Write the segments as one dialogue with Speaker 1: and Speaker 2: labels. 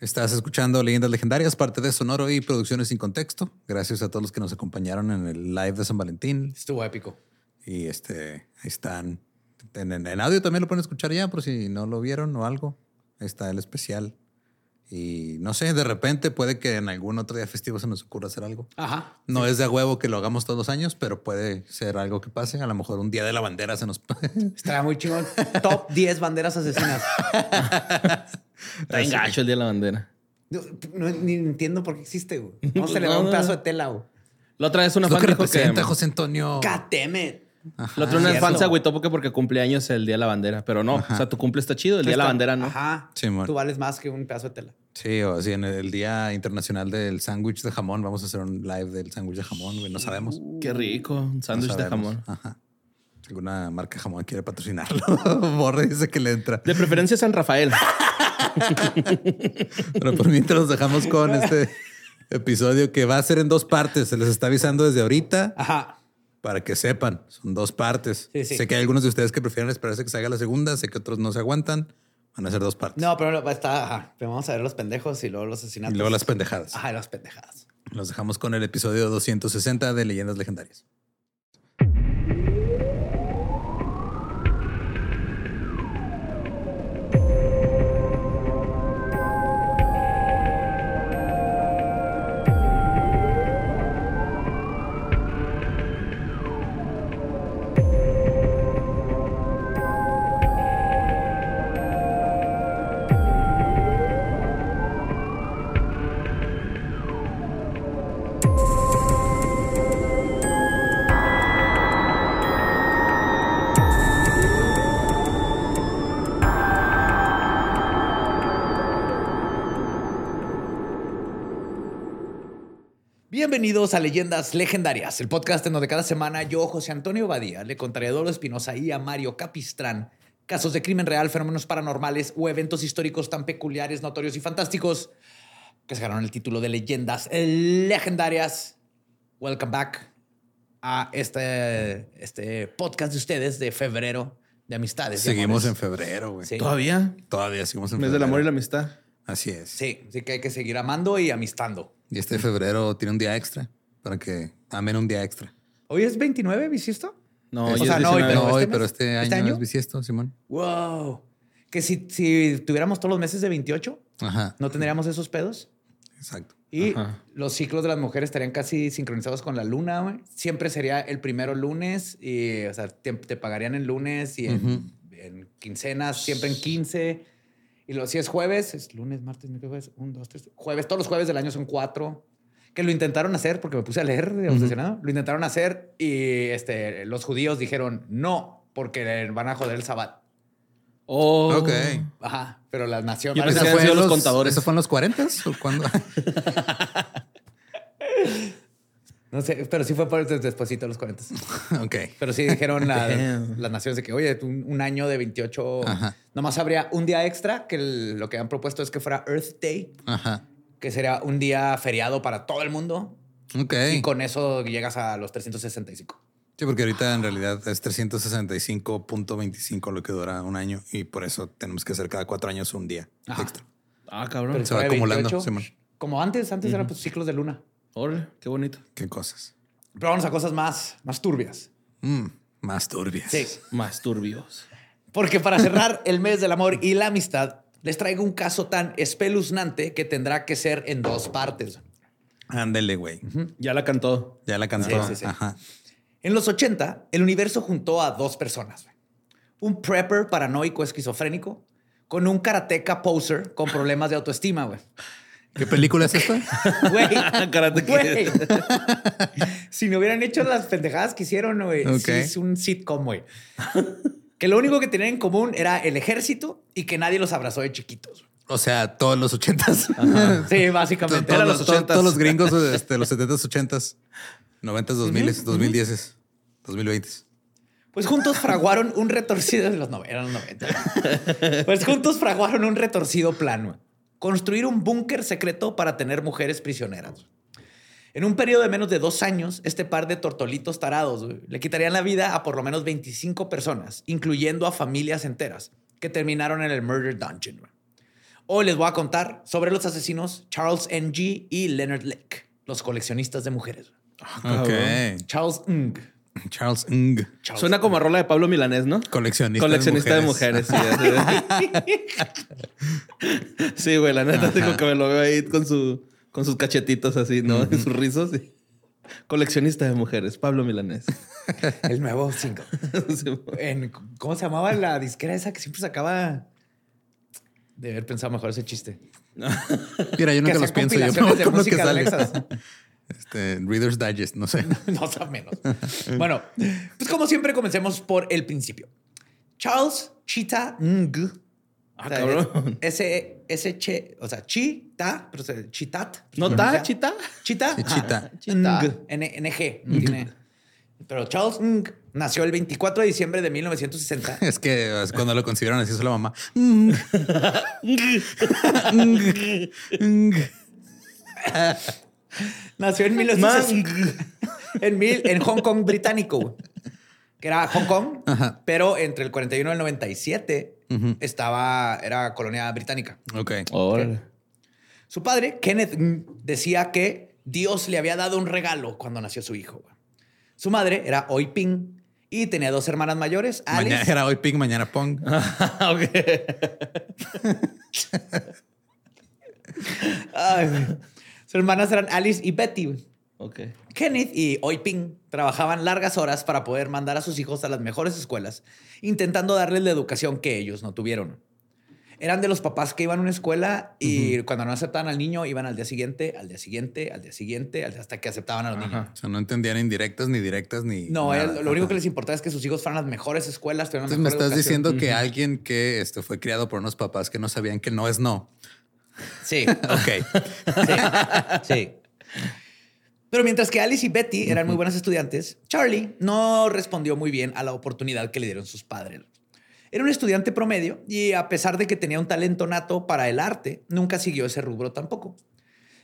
Speaker 1: Estás escuchando Leyendas Legendarias, parte de Sonoro y Producciones sin Contexto. Gracias a todos los que nos acompañaron en el live de San Valentín.
Speaker 2: Estuvo épico.
Speaker 1: Y este, ahí están. En, en- en audio también lo pueden escuchar ya, por si no lo vieron o algo. Ahí está el especial. Y no sé, de repente puede que en algún otro día festivo se nos ocurra hacer algo.
Speaker 2: Ajá.
Speaker 1: No es de a huevo que lo hagamos todos los años, pero puede ser algo que pase. A lo mejor un día de la bandera se nos...
Speaker 2: Estará muy chingón. Top 10 banderas asesinas.
Speaker 3: Está en gacho el día de la bandera.
Speaker 2: No, no, ni entiendo por qué existe, güey. Vamos a
Speaker 3: Pues
Speaker 2: celebrar
Speaker 3: no,
Speaker 2: un
Speaker 3: no.
Speaker 2: pedazo de tela, güey.
Speaker 3: La otra vez una
Speaker 1: lo
Speaker 3: fan
Speaker 1: que
Speaker 3: dijo que...
Speaker 1: representa José Antonio.
Speaker 2: God damn it.
Speaker 3: La otra una
Speaker 2: Cierto.
Speaker 3: fan se agüitó porque, porque cumpleaños el día de la bandera. Pero no, o sea, tu cumple está chido, el día de la bandera no.
Speaker 2: Ajá.
Speaker 1: Sí, mon.
Speaker 2: Tú vales más que un pedazo de tela.
Speaker 1: Sí, o así en el Día Internacional del Sándwich de Jamón. Vamos a hacer un live del sándwich de jamón, güey. No sabemos. No
Speaker 3: Qué rico, un Uh, sándwich de
Speaker 1: sabemos.
Speaker 3: jamón.
Speaker 1: Ajá. Alguna marca de jamón quiere patrocinarlo. Borre dice que le entra.
Speaker 3: De preferencia San Rafael.
Speaker 1: Pero por mientras los dejamos con este episodio que va a ser en dos partes. Se les está avisando desde ahorita
Speaker 2: Ajá.
Speaker 1: para que sepan. Son dos partes.
Speaker 2: Sí, sí.
Speaker 1: Sé que hay algunos de ustedes que prefieren esperarse que se haga la segunda. Sé que otros no se aguantan. Van a ser dos partes.
Speaker 2: No, pero no, está. Ajá. Pero vamos a ver los pendejos y luego los asesinatos.
Speaker 1: Y luego las pendejadas.
Speaker 2: Ajá, y las pendejadas.
Speaker 1: Los dejamos con el episodio 260 de Leyendas Legendarias.
Speaker 2: Bienvenidos a Leyendas Legendarias, el podcast en donde cada semana yo, José Antonio Badía, le contaré a Dolo Espinosa y a Mario Capistrán casos de crimen real, fenómenos paranormales o eventos históricos tan peculiares, notorios y fantásticos que se ganaron el título de Leyendas Legendarias. Welcome back a este, este podcast de ustedes de febrero de amistades. y
Speaker 1: Seguimos en
Speaker 2: amores.
Speaker 1: febrero, güey.
Speaker 2: Sí.
Speaker 3: ¿Todavía?
Speaker 1: Todavía seguimos en
Speaker 3: Mes
Speaker 1: febrero.
Speaker 3: del amor y la amistad.
Speaker 1: Así es.
Speaker 2: Sí, sí que hay que seguir amando y amistando.
Speaker 1: Y este febrero tiene un día extra para que amen un día extra.
Speaker 2: ¿Hoy es 29, bisiesto?
Speaker 3: No,
Speaker 1: Este-
Speaker 3: hoy
Speaker 2: o sea,
Speaker 3: es
Speaker 2: no, hoy,
Speaker 3: 19.
Speaker 2: pero
Speaker 1: no hoy,
Speaker 2: este
Speaker 1: pero
Speaker 2: mes-
Speaker 1: este año,
Speaker 2: este año?
Speaker 1: es bisiesto, Simón.
Speaker 2: Wow. Que si, si tuviéramos todos los meses de 28,
Speaker 1: Ajá.
Speaker 2: no tendríamos esos pedos.
Speaker 1: Exacto.
Speaker 2: Y
Speaker 3: Ajá.
Speaker 2: los ciclos de las mujeres estarían casi sincronizados con la luna. güey. Siempre sería el primero lunes y, o sea, te, te pagarían en lunes y en, en quincenas, siempre en 15. Y los si es jueves, es lunes, martes, miércoles, jueves, un, dos, tres, jueves. Todos los jueves del año son cuatro. Que lo intentaron hacer porque me puse a leer de obsesionado. Lo intentaron hacer y este, los judíos dijeron no, porque van a joder el sabbat.
Speaker 3: Oh.
Speaker 1: Ok.
Speaker 2: Ajá, pero las naciones.
Speaker 3: Yo pensé
Speaker 2: las
Speaker 3: que habían
Speaker 2: naciones-
Speaker 3: sido los contadores.
Speaker 1: ¿Eso fue en los 40 o cuándo?
Speaker 2: No sé, pero sí fue por despuesito de los 40.
Speaker 1: ok.
Speaker 2: Pero sí dijeron la-
Speaker 3: Damn.
Speaker 2: las naciones de que, oye, un, un año de 28,
Speaker 1: Ajá.
Speaker 2: nomás habría un día extra, que el- lo que han propuesto es que fuera Earth Day,
Speaker 1: Ajá.
Speaker 2: que sería un día feriado para todo el mundo.
Speaker 1: Ok.
Speaker 2: Y con eso llegas a los 365.
Speaker 1: Sí, porque ahorita en realidad es 365.25 lo que dura un año y por eso tenemos que hacer cada cuatro años un día
Speaker 2: Ajá.
Speaker 1: extra.
Speaker 3: Ah,
Speaker 2: Pero
Speaker 3: cabrón.
Speaker 1: se va
Speaker 2: fuera de
Speaker 1: acumulando, Simón.
Speaker 2: como antes, antes eran pues, ciclos de luna.
Speaker 3: Órale, qué bonito.
Speaker 1: Qué cosas.
Speaker 2: Pero vamos a cosas más, más turbias.
Speaker 1: Mm, más turbias.
Speaker 2: Sí.
Speaker 3: Más turbios.
Speaker 2: Porque para cerrar el mes del amor y la amistad, les traigo un caso tan espeluznante que tendrá que ser en dos partes.
Speaker 1: Ándele, güey.
Speaker 3: Ya la cantó.
Speaker 1: Ya la cantó.
Speaker 2: Sí, sí, sí.
Speaker 1: Ajá.
Speaker 2: En los 80, el universo juntó a dos personas. güey. Un prepper paranoico esquizofrénico con un karateca poser con problemas de autoestima, güey.
Speaker 1: ¿Qué película es esta?
Speaker 2: Güey,
Speaker 3: Karate Kid.
Speaker 2: güey. Si me hubieran hecho las pendejadas que hicieron, güey, sí
Speaker 1: Ok.
Speaker 2: es un sitcom, güey. Que lo único que tenían en común era el ejército y que nadie los abrazó de chiquitos.
Speaker 1: o sea, todos los ochentas.
Speaker 2: Sí,
Speaker 1: To-
Speaker 2: básicamente.
Speaker 1: todos
Speaker 2: Eran
Speaker 1: los-
Speaker 2: los
Speaker 1: to-
Speaker 2: 80.
Speaker 1: Todos los gringos, este, los 70s, 80s, 90s, 2000s, 2010s, 2020s.
Speaker 2: Pues juntos fraguaron un retorcido de los no- eran los 90. Pues juntos fraguaron un retorcido plan. güey. Construir un búnker secreto para tener mujeres prisioneras. En un periodo de menos de dos años, este par de tortolitos tarados güey, le quitarían la vida a por lo menos 25 personas, incluyendo a familias enteras, que terminaron en el Murder Dungeon. güey. Hoy les voy a contar sobre los asesinos Charles N.G. y Leonard Lake, los coleccionistas de mujeres. güey.
Speaker 1: Ok.
Speaker 2: Charles Ng.
Speaker 1: Charles Ng.
Speaker 2: Charles
Speaker 3: Suena como a rola de Pablo Milanés, ¿no?
Speaker 1: Coleccionista,
Speaker 3: Coleccionista de mujeres. sí, así de- sí, güey, la neta, digo que me lo veo ahí con, su, con sus cachetitos así, ¿no? Y sus rizos. sí. Coleccionista de mujeres, Pablo Milanés.
Speaker 2: El nuevo single.
Speaker 3: Sí, güey.
Speaker 2: en- ¿Cómo se llamaba la disquera esa que siempre sacaba? De haber pensado mejor ese chiste.
Speaker 1: Mira,
Speaker 2: que
Speaker 1: yo nunca
Speaker 2: hacía
Speaker 1: los pienso. Yo me
Speaker 2: compilaciones
Speaker 1: voy
Speaker 2: de
Speaker 1: con lo que
Speaker 2: música
Speaker 1: sale.
Speaker 2: Alexas.
Speaker 1: Este, Reader's Digest, no sé.
Speaker 2: No o sea, menos. Bueno, pues como siempre, comencemos por el principio. Charles Chita Ng.
Speaker 3: Ah, cabrón.
Speaker 2: Ese, ese che, o sea, chita, pero se- chitat.
Speaker 3: ¿No
Speaker 2: se
Speaker 3: está,
Speaker 2: pronuncia.
Speaker 3: chita?
Speaker 2: Chita.
Speaker 1: Sí, chita.
Speaker 3: Chita.
Speaker 2: Ng, N- NG. no tiene- Pero Charles Ng nació el 24 de diciembre de 1960
Speaker 1: Es que es cuando lo consideraron así, es la mamá.
Speaker 2: Nació en 1960. en, mil, en Hong Kong británico, güey. que era Hong Kong,
Speaker 1: Ajá.
Speaker 2: pero entre el 41 y el 97 estaba, era colonia británica.
Speaker 1: Ok.
Speaker 2: Oh,
Speaker 3: Órale.
Speaker 2: Su padre, Kenneth, Ng, decía que Dios le había dado un regalo cuando nació su hijo. güey. Su madre era Oi Ping y tenía dos hermanas mayores, Alice.
Speaker 1: Mañana era hoy Pink, mañana Pong.
Speaker 2: Ay, güey. sus hermanas eran Alice y Betty. güey.
Speaker 3: Ok.
Speaker 2: Kenneth y Oi Ping trabajaban largas horas para poder mandar a sus hijos a las mejores escuelas, intentando darles la educación que ellos no tuvieron. Eran de los papás que iban a una escuela y cuando no aceptaban al niño, iban al día siguiente, al día siguiente, al día siguiente, al- hasta que aceptaban a los niños.
Speaker 1: O sea, no entendían indirectas ni directas ni.
Speaker 2: No,
Speaker 1: nada.
Speaker 2: era- lo único que les importaba es que sus hijos fueran a las mejores escuelas. tuvieran la
Speaker 1: Entonces me
Speaker 2: mejor
Speaker 1: estás
Speaker 2: educación.
Speaker 1: diciendo que alguien que este, fue criado por unos papás que no sabían que no es no.
Speaker 2: Sí.
Speaker 1: Ok.
Speaker 2: Sí, sí. Pero mientras que Alice y Betty eran muy buenas estudiantes, Charlie no respondió muy bien a la oportunidad que le dieron sus padres. Era un estudiante promedio y a pesar de que tenía un talento nato para el arte, nunca siguió ese rubro tampoco.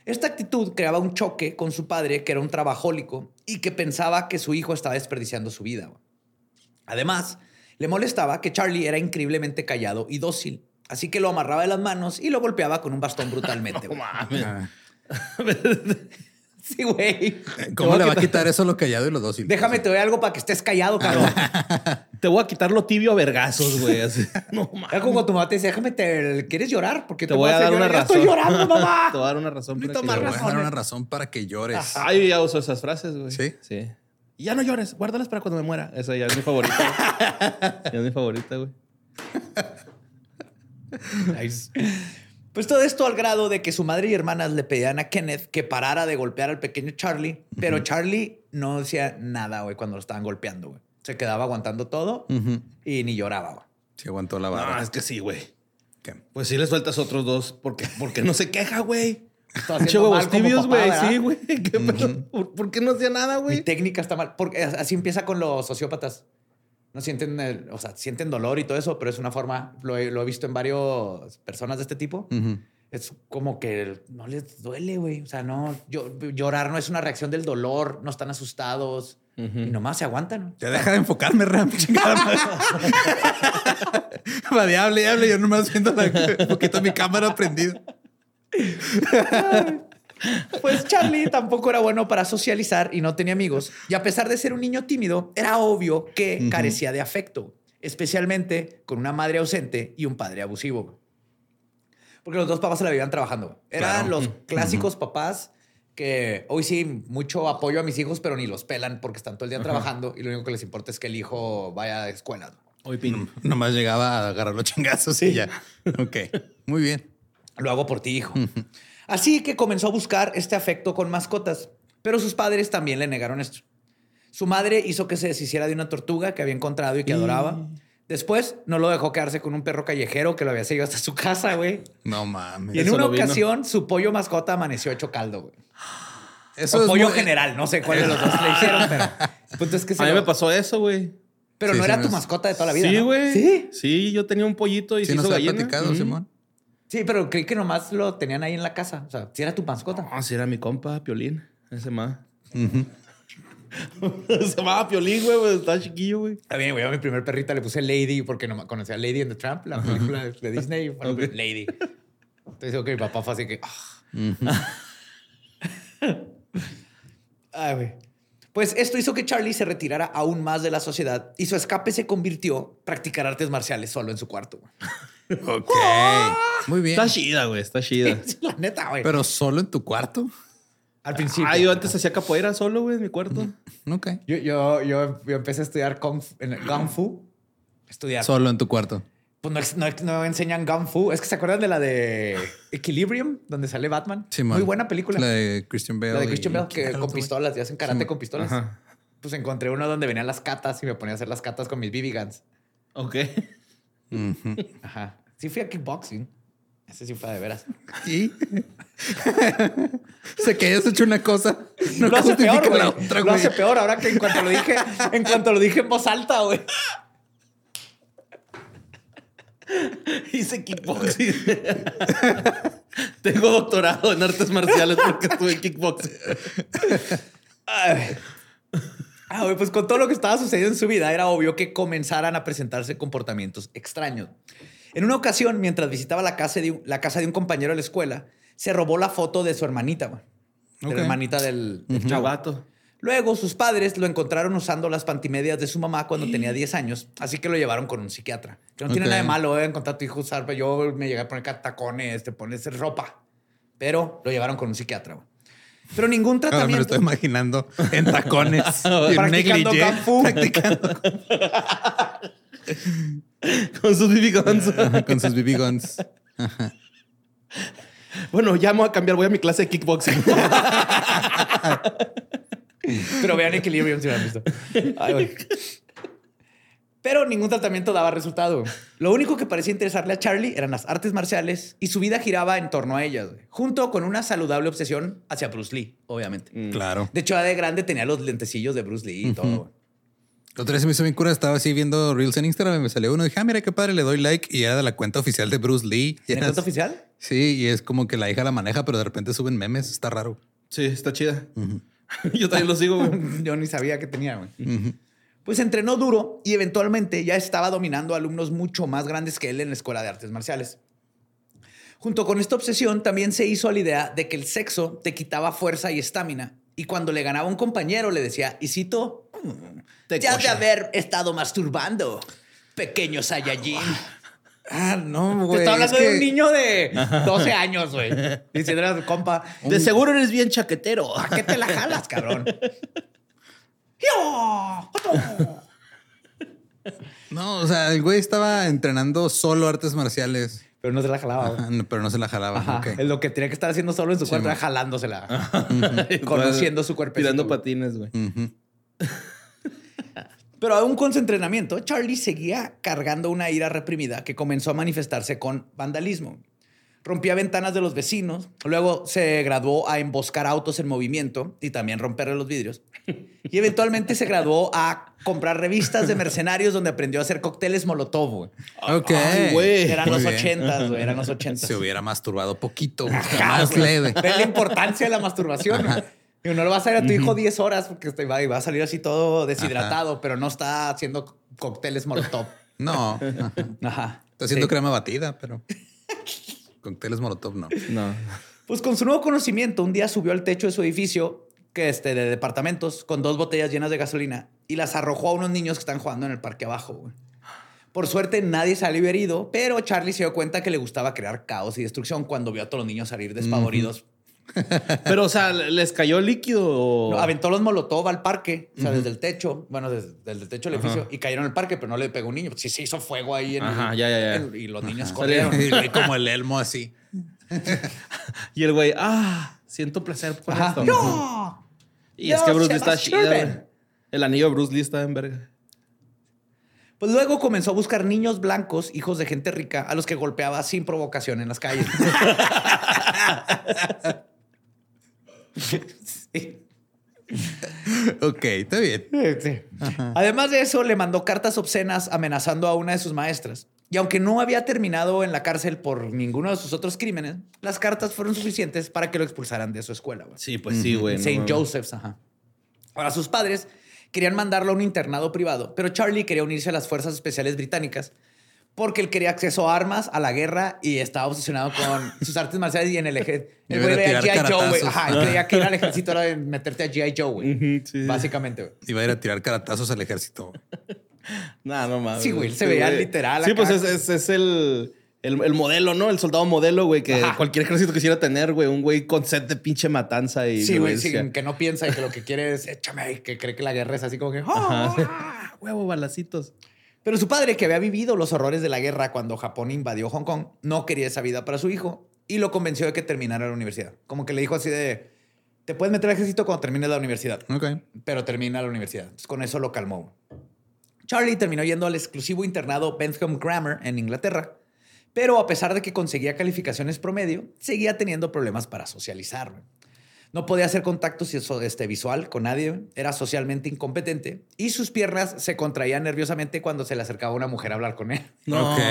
Speaker 2: Esta actitud creaba un choque con su padre, que era un trabajólico y que pensaba que su hijo estaba desperdiciando su vida. Además, le molestaba que Charlie era increíblemente callado y dócil, así que lo amarraba de las manos y lo golpeaba con un bastón brutalmente. güey.
Speaker 1: Ah.
Speaker 2: Sí,
Speaker 3: Eh,
Speaker 2: güey. Te
Speaker 1: ¿Cómo
Speaker 2: voy
Speaker 1: le va a
Speaker 2: quitar-
Speaker 1: quitar eso lo callado y lo dócil?
Speaker 2: Déjame, te doy algo para que estés callado, cabrón.
Speaker 3: Te voy a quitar lo tibio a vergazos, güey. así. No mames.
Speaker 2: Era como tu mamá te dice, déjame, te... ¿quieres llorar? Porque
Speaker 3: Te voy a
Speaker 2: hacer
Speaker 3: dar una
Speaker 2: llorar. Ya
Speaker 3: razón.
Speaker 2: Estoy llorando, mamá.
Speaker 3: Te voy a dar una razón. para
Speaker 2: Necesito
Speaker 3: que
Speaker 1: Te
Speaker 2: más
Speaker 1: voy
Speaker 3: llores.
Speaker 1: a dar una razón para que llores.
Speaker 3: Ah, yo ya uso esas frases, güey.
Speaker 1: ¿Sí?
Speaker 3: Sí. Y ya no llores, guárdalas para cuando me muera. Esa ya es mi favorita. güey. ya es mi favorita, güey.
Speaker 2: Nice. Pues todo esto al grado de que su madre y hermanas le pedían a Kenneth que parara de golpear al pequeño Charlie, pero Charlie no decía nada, güey, cuando lo estaban golpeando, güey. Se quedaba aguantando todo
Speaker 1: Ujú.
Speaker 2: y ni lloraba, güey.
Speaker 1: Se aguantó la
Speaker 3: No,
Speaker 1: vara.
Speaker 3: es que sí, güey.
Speaker 1: ¿Qué?
Speaker 3: Pues sí le sueltas otros dos porque, porque no se queja, güey.
Speaker 2: Está
Speaker 3: Pinche
Speaker 2: haciendo
Speaker 3: huevos
Speaker 2: mal como
Speaker 3: tibios,
Speaker 2: papá,
Speaker 3: güey.
Speaker 2: ¿verdad?
Speaker 3: Sí, güey. ¿Qué pedo? ¿Por, por qué no hacía nada,
Speaker 2: Mi
Speaker 3: güey?
Speaker 2: técnica está mal. Porque así empieza con los sociópatas. No sienten, el- o sea, sienten dolor y todo eso, pero es una forma, lo he, lo he visto en varias personas de este tipo.
Speaker 1: Ujú.
Speaker 2: Es como que el- no les duele, güey. O sea, no, yo- llorar no es una reacción del dolor, no están asustados y nomás se aguantan.
Speaker 1: Ya deja de enfocarme, Ram. Chingada madre. Va, diable, diable. Yo nomás viendo la, un poquito mi cámara prendida.
Speaker 2: Pues Charlie tampoco era bueno para socializar y no tenía amigos. Y a pesar de ser un niño tímido, era obvio que carecía de afecto, especialmente con una madre ausente y un padre abusivo. Porque los dos papás se la vivían trabajando. Eran
Speaker 1: Claro.
Speaker 2: los clásicos papás que hoy sí, mucho apoyo a mis hijos, pero ni los pelan porque están todo el día trabajando y lo único que les importa es que el hijo vaya a escuela.
Speaker 3: Hoy pin.
Speaker 1: Nomás llegaba a agarrar los chingazos y ya. Ok, muy bien.
Speaker 2: Lo hago por ti, hijo. Así que comenzó a buscar este afecto con mascotas, pero sus padres también le negaron esto. Su madre hizo que se deshiciera de una tortuga que había encontrado y que adoraba. Después no lo dejó quedarse con un perro callejero que lo había seguido hasta su casa, güey.
Speaker 1: No
Speaker 2: Y
Speaker 1: mames.
Speaker 2: en
Speaker 3: Eso
Speaker 2: una
Speaker 3: no vino.
Speaker 2: ocasión su pollo mascota amaneció hecho caldo, güey.
Speaker 1: Eso
Speaker 2: O
Speaker 1: es
Speaker 2: pollo
Speaker 1: muy-
Speaker 2: general, no sé cuál de los dos le hicieron, pero el punto es que se
Speaker 3: A mí
Speaker 2: lo-
Speaker 3: me pasó eso, güey.
Speaker 2: Pero
Speaker 1: Sí,
Speaker 2: no
Speaker 1: sí,
Speaker 2: era
Speaker 1: no
Speaker 2: tu
Speaker 1: es-
Speaker 2: mascota de toda la vida.
Speaker 3: Sí,
Speaker 2: ¿no?
Speaker 3: güey.
Speaker 2: Sí.
Speaker 3: Sí, yo tenía un pollito y
Speaker 1: Sí,
Speaker 3: se hizo
Speaker 1: nos ha
Speaker 3: gallina.
Speaker 1: platicado,
Speaker 2: Mm.
Speaker 3: Ujú.
Speaker 1: Simón.
Speaker 2: Sí, pero creí que nomás lo tenían ahí en la casa. O sea, si era tu mascota.
Speaker 3: No, si era mi compa, Piolín. Ese más. se llamaba Piolín, güey, pues, estaba chiquillo, güey.
Speaker 2: Está bien, güey. Yo a mi primer perrita le puse Lady porque no conocía a Lady and the Tramp, la película de- de Disney. Bueno,
Speaker 3: Ok.
Speaker 2: Lady. Entonces digo que mi papá fue así que. ah. Ay, güey. Pues esto hizo que Charlie se retirara aún más de la sociedad y su escape se convirtió practicar artes marciales solo en su cuarto. güey.
Speaker 1: Ok. Muy bien.
Speaker 3: Está chida, güey, está chida.
Speaker 2: la neta, güey.
Speaker 1: Pero solo en tu cuarto.
Speaker 2: Al principio.
Speaker 3: ah, yo antes hacía capoeira solo, güey, en mi cuarto.
Speaker 1: Ok.
Speaker 2: yo, yo, yo- yo empecé a estudiar Kung Fu. en- Kung Fu. Estudiar.
Speaker 1: Solo en tu cuarto.
Speaker 2: Pues no, ex- no ex- no enseñan Kung Fu. Es que se acuerdan de la de Equilibrium, donde sale Batman.
Speaker 1: Simón.
Speaker 2: Muy buena película.
Speaker 1: La
Speaker 2: La de,
Speaker 1: de Christian Bale.
Speaker 2: Christian
Speaker 1: y-
Speaker 2: Bale, que
Speaker 1: Claro,
Speaker 2: con
Speaker 1: güey.
Speaker 2: pistolas, y hacen karate con pistolas.
Speaker 3: Ajá.
Speaker 2: Pues encontré uno donde venían las catas y me ponía a hacer las catas con mis BB guns.
Speaker 3: Ok.
Speaker 2: Ajá. Sí fui a kickboxing. Ese sí fue de veras.
Speaker 1: Y o sea, que hayas hecho una cosa no
Speaker 2: lo hace
Speaker 1: justifica
Speaker 2: peor, güey.
Speaker 1: la otra,
Speaker 2: Lo
Speaker 1: güey.
Speaker 2: hace peor ahora que en cuanto lo dije, en cuanto lo dije en voz alta, güey.
Speaker 3: Hice kickboxing. Tengo doctorado en artes marciales porque estuve en kickboxing.
Speaker 2: Ay. Ah, güey, pues con todo lo que estaba sucediendo en su vida, era obvio que comenzaran a presentarse comportamientos extraños. En una ocasión, mientras visitaba la casa de un, la casa de un compañero de la escuela, se robó la foto de su hermanita, güey. De
Speaker 1: Ok.
Speaker 2: la hermanita del, del chavo.
Speaker 3: Chavato.
Speaker 2: Luego, sus padres lo encontraron usando las pantimedias de su mamá cuando tenía 10 años, así que lo llevaron con un psiquiatra. Que no tiene
Speaker 1: Ok.
Speaker 2: nada de malo, eh, encontrar a tu hijo usar, yo me llegué a poner tacones, te pones ropa. Pero lo llevaron con un psiquiatra, güey. Pero ningún
Speaker 1: Ahora
Speaker 2: tratamiento.
Speaker 1: me lo estoy imaginando en tacones. y en
Speaker 2: Practicando
Speaker 1: negligé,
Speaker 2: Kung Fu.
Speaker 1: Practicando
Speaker 3: Con sus BB guns.
Speaker 1: con sus BB guns.
Speaker 3: Bueno, ya me voy a cambiar, voy a mi clase de kickboxing.
Speaker 2: Pero vean Equilibrium si lo han visto. Ay, güey. Pero ningún tratamiento daba resultado. Lo único que parecía interesarle a Charlie eran las artes marciales y su vida giraba en torno a ellas, güey, junto con una saludable obsesión hacia Bruce Lee, obviamente.
Speaker 1: Claro.
Speaker 2: De hecho, ya de grande tenía los lentecillos de Bruce Lee y todo. güey.
Speaker 1: La otra vez se me hizo bien cura, estaba así viendo Reels en Instagram y me salió uno. Dije, ah, mira qué padre, le doy like. Y era de la cuenta oficial de Bruce Lee.
Speaker 2: ¿Tiene
Speaker 1: Yes.
Speaker 2: cuenta oficial?
Speaker 1: Sí, y es como que la hija la maneja, pero de repente suben memes. Está raro.
Speaker 3: Sí, está chida. Yo también lo sigo, güey.
Speaker 2: Yo ni sabía que tenía, güey. Pues entrenó duro y eventualmente ya estaba dominando alumnos mucho más grandes que él en la escuela de artes marciales. Junto con esta obsesión también se hizo a la idea de que el sexo te quitaba fuerza y estamina. Y cuando le ganaba un compañero le decía, y cito, "Mm,
Speaker 3: Te
Speaker 2: te has de
Speaker 3: cocha".
Speaker 2: haber estado masturbando, pequeño Saiyajin.
Speaker 1: Ah, no,
Speaker 2: Te
Speaker 1: güey.
Speaker 2: está hablando
Speaker 1: es
Speaker 2: de
Speaker 1: que-
Speaker 2: un niño de 12 años, güey. Diciéndole a su compa,
Speaker 3: De seguro eres bien chaquetero.
Speaker 2: ¿a qué te la jalas, cabrón?
Speaker 1: No, o sea, el güey estaba entrenando solo artes marciales,
Speaker 2: Pero no se la jalaba, güey.
Speaker 1: Ah, no, pero no se la jalaba.
Speaker 2: Ajá,
Speaker 1: Ok.
Speaker 2: Es lo que tenía que estar haciendo solo en su
Speaker 1: Sí,
Speaker 2: cuarto,
Speaker 1: mo.
Speaker 2: era jalándosela. Conociendo su cuerpecito,
Speaker 3: Tirando
Speaker 2: güey.
Speaker 3: patines, güey.
Speaker 1: Ujú.
Speaker 2: Pero aún con su entrenamiento, Charlie seguía cargando una ira reprimida que comenzó a manifestarse con vandalismo. Rompía ventanas de los vecinos, luego se graduó a emboscar autos en movimiento y también romperle los vidrios. Y eventualmente se graduó a comprar revistas de mercenarios donde aprendió a hacer cócteles molotov. güey.
Speaker 1: Ok.
Speaker 3: Ay, güey.
Speaker 2: Eran
Speaker 1: Muy
Speaker 2: los
Speaker 1: bien.
Speaker 2: ochentas, güey, eran los ochentas.
Speaker 1: Se hubiera masturbado poquito, más leve.
Speaker 2: Ves la importancia de la masturbación. güey. Digo, no lo vas a ver a tu hijo 10 horas porque te va, y va a salir así todo deshidratado, pero no está haciendo co- cócteles molotov.
Speaker 1: No, ajá. está
Speaker 2: Ajá.
Speaker 1: haciendo
Speaker 2: Sí.
Speaker 1: crema batida, pero Cócteles Molotov, no.
Speaker 3: No.
Speaker 2: Pues con su nuevo conocimiento, un día subió al techo de su edificio, que este, de departamentos, con dos botellas llenas de gasolina y las arrojó a unos niños que están jugando en el parque abajo. güey. Por suerte, nadie salió herido, pero Charlie se dio cuenta que le gustaba crear caos y destrucción cuando vio a todos los niños salir despavoridos.
Speaker 3: Pero, o sea, ¿les cayó líquido o...?
Speaker 2: No, aventó los molotov al parque, o sea, desde el techo, bueno, desde, desde el techo del edificio, y cayeron al parque, pero no le pegó un niño. Sí se hizo fuego ahí en el-
Speaker 3: Ajá, ya, ya, ya.
Speaker 2: en- y los niños corrieron.
Speaker 1: Y le- como el elmo así.
Speaker 3: Y el güey, ah, siento placer por
Speaker 2: Ajá.
Speaker 3: esto.
Speaker 2: ¡No!
Speaker 3: Y es que Bruce Lee está chido.
Speaker 2: Sebastian
Speaker 3: güey.
Speaker 2: Sherman.
Speaker 3: El anillo de Bruce Lee está en verga.
Speaker 2: Pues luego comenzó a buscar niños blancos, hijos de gente rica, a los que golpeaba sin provocación en las calles. Sí.
Speaker 1: Ok, está bien.
Speaker 2: Además de eso, le mandó cartas obscenas amenazando a una de sus maestras. Y aunque no había terminado en la cárcel por ninguno de sus otros crímenes, las cartas fueron suficientes para que lo expulsaran de su escuela. güey.
Speaker 3: Sí, pues sí, güey. no
Speaker 2: St.
Speaker 3: mames.
Speaker 2: Joseph's, ajá. Ahora, sus padres querían mandarlo a un internado privado, pero Charlie quería unirse a las fuerzas especiales británicas porque él quería acceso a armas, a la guerra y estaba obsesionado con sus artes marciales y en el ejército.
Speaker 1: Y
Speaker 2: El güey
Speaker 1: ver a
Speaker 2: veía
Speaker 1: tirar
Speaker 2: G.I. Joe, güey.
Speaker 1: caratazos.
Speaker 2: Ajá, él creía que ir al ejército era de meterte a G.I. Joe, güey.
Speaker 3: Ujú, sí.
Speaker 2: Básicamente, güey.
Speaker 1: Iba a ir a tirar caratazos al ejército.
Speaker 3: Nah, no mames.
Speaker 2: Sí, güey, se veía literal
Speaker 3: Sí,
Speaker 2: acá.
Speaker 3: pues es, es- es el, el, el modelo, ¿no? El soldado modelo, güey, que
Speaker 2: Ajá.
Speaker 3: cualquier ejército quisiera tener, güey. Un güey con set de pinche matanza y
Speaker 2: Sí, güey, sí,
Speaker 3: violencia.
Speaker 2: que no piensa y que lo que quiere es échame y que cree que la guerra es así como que... "Ah, ah".
Speaker 3: Huevo, balacitos.
Speaker 2: Pero su padre, que había vivido los horrores de la guerra cuando Japón invadió Hong Kong, no quería esa vida para su hijo y lo convenció de que terminara la universidad. Como que le dijo así de, te puedes meter al ejército cuando termines la universidad,
Speaker 1: Ok.
Speaker 2: pero termina la universidad. Entonces, con eso lo calmó. Charlie terminó yendo al exclusivo internado Bentham Grammar en Inglaterra, pero a pesar de que conseguía calificaciones promedio, seguía teniendo problemas para socializar. güey. No podía hacer contacto si- so- este, visual con nadie, güey. era socialmente incompetente y sus piernas se contraían nerviosamente cuando se le acercaba una mujer a hablar con él.
Speaker 3: No,
Speaker 1: ok.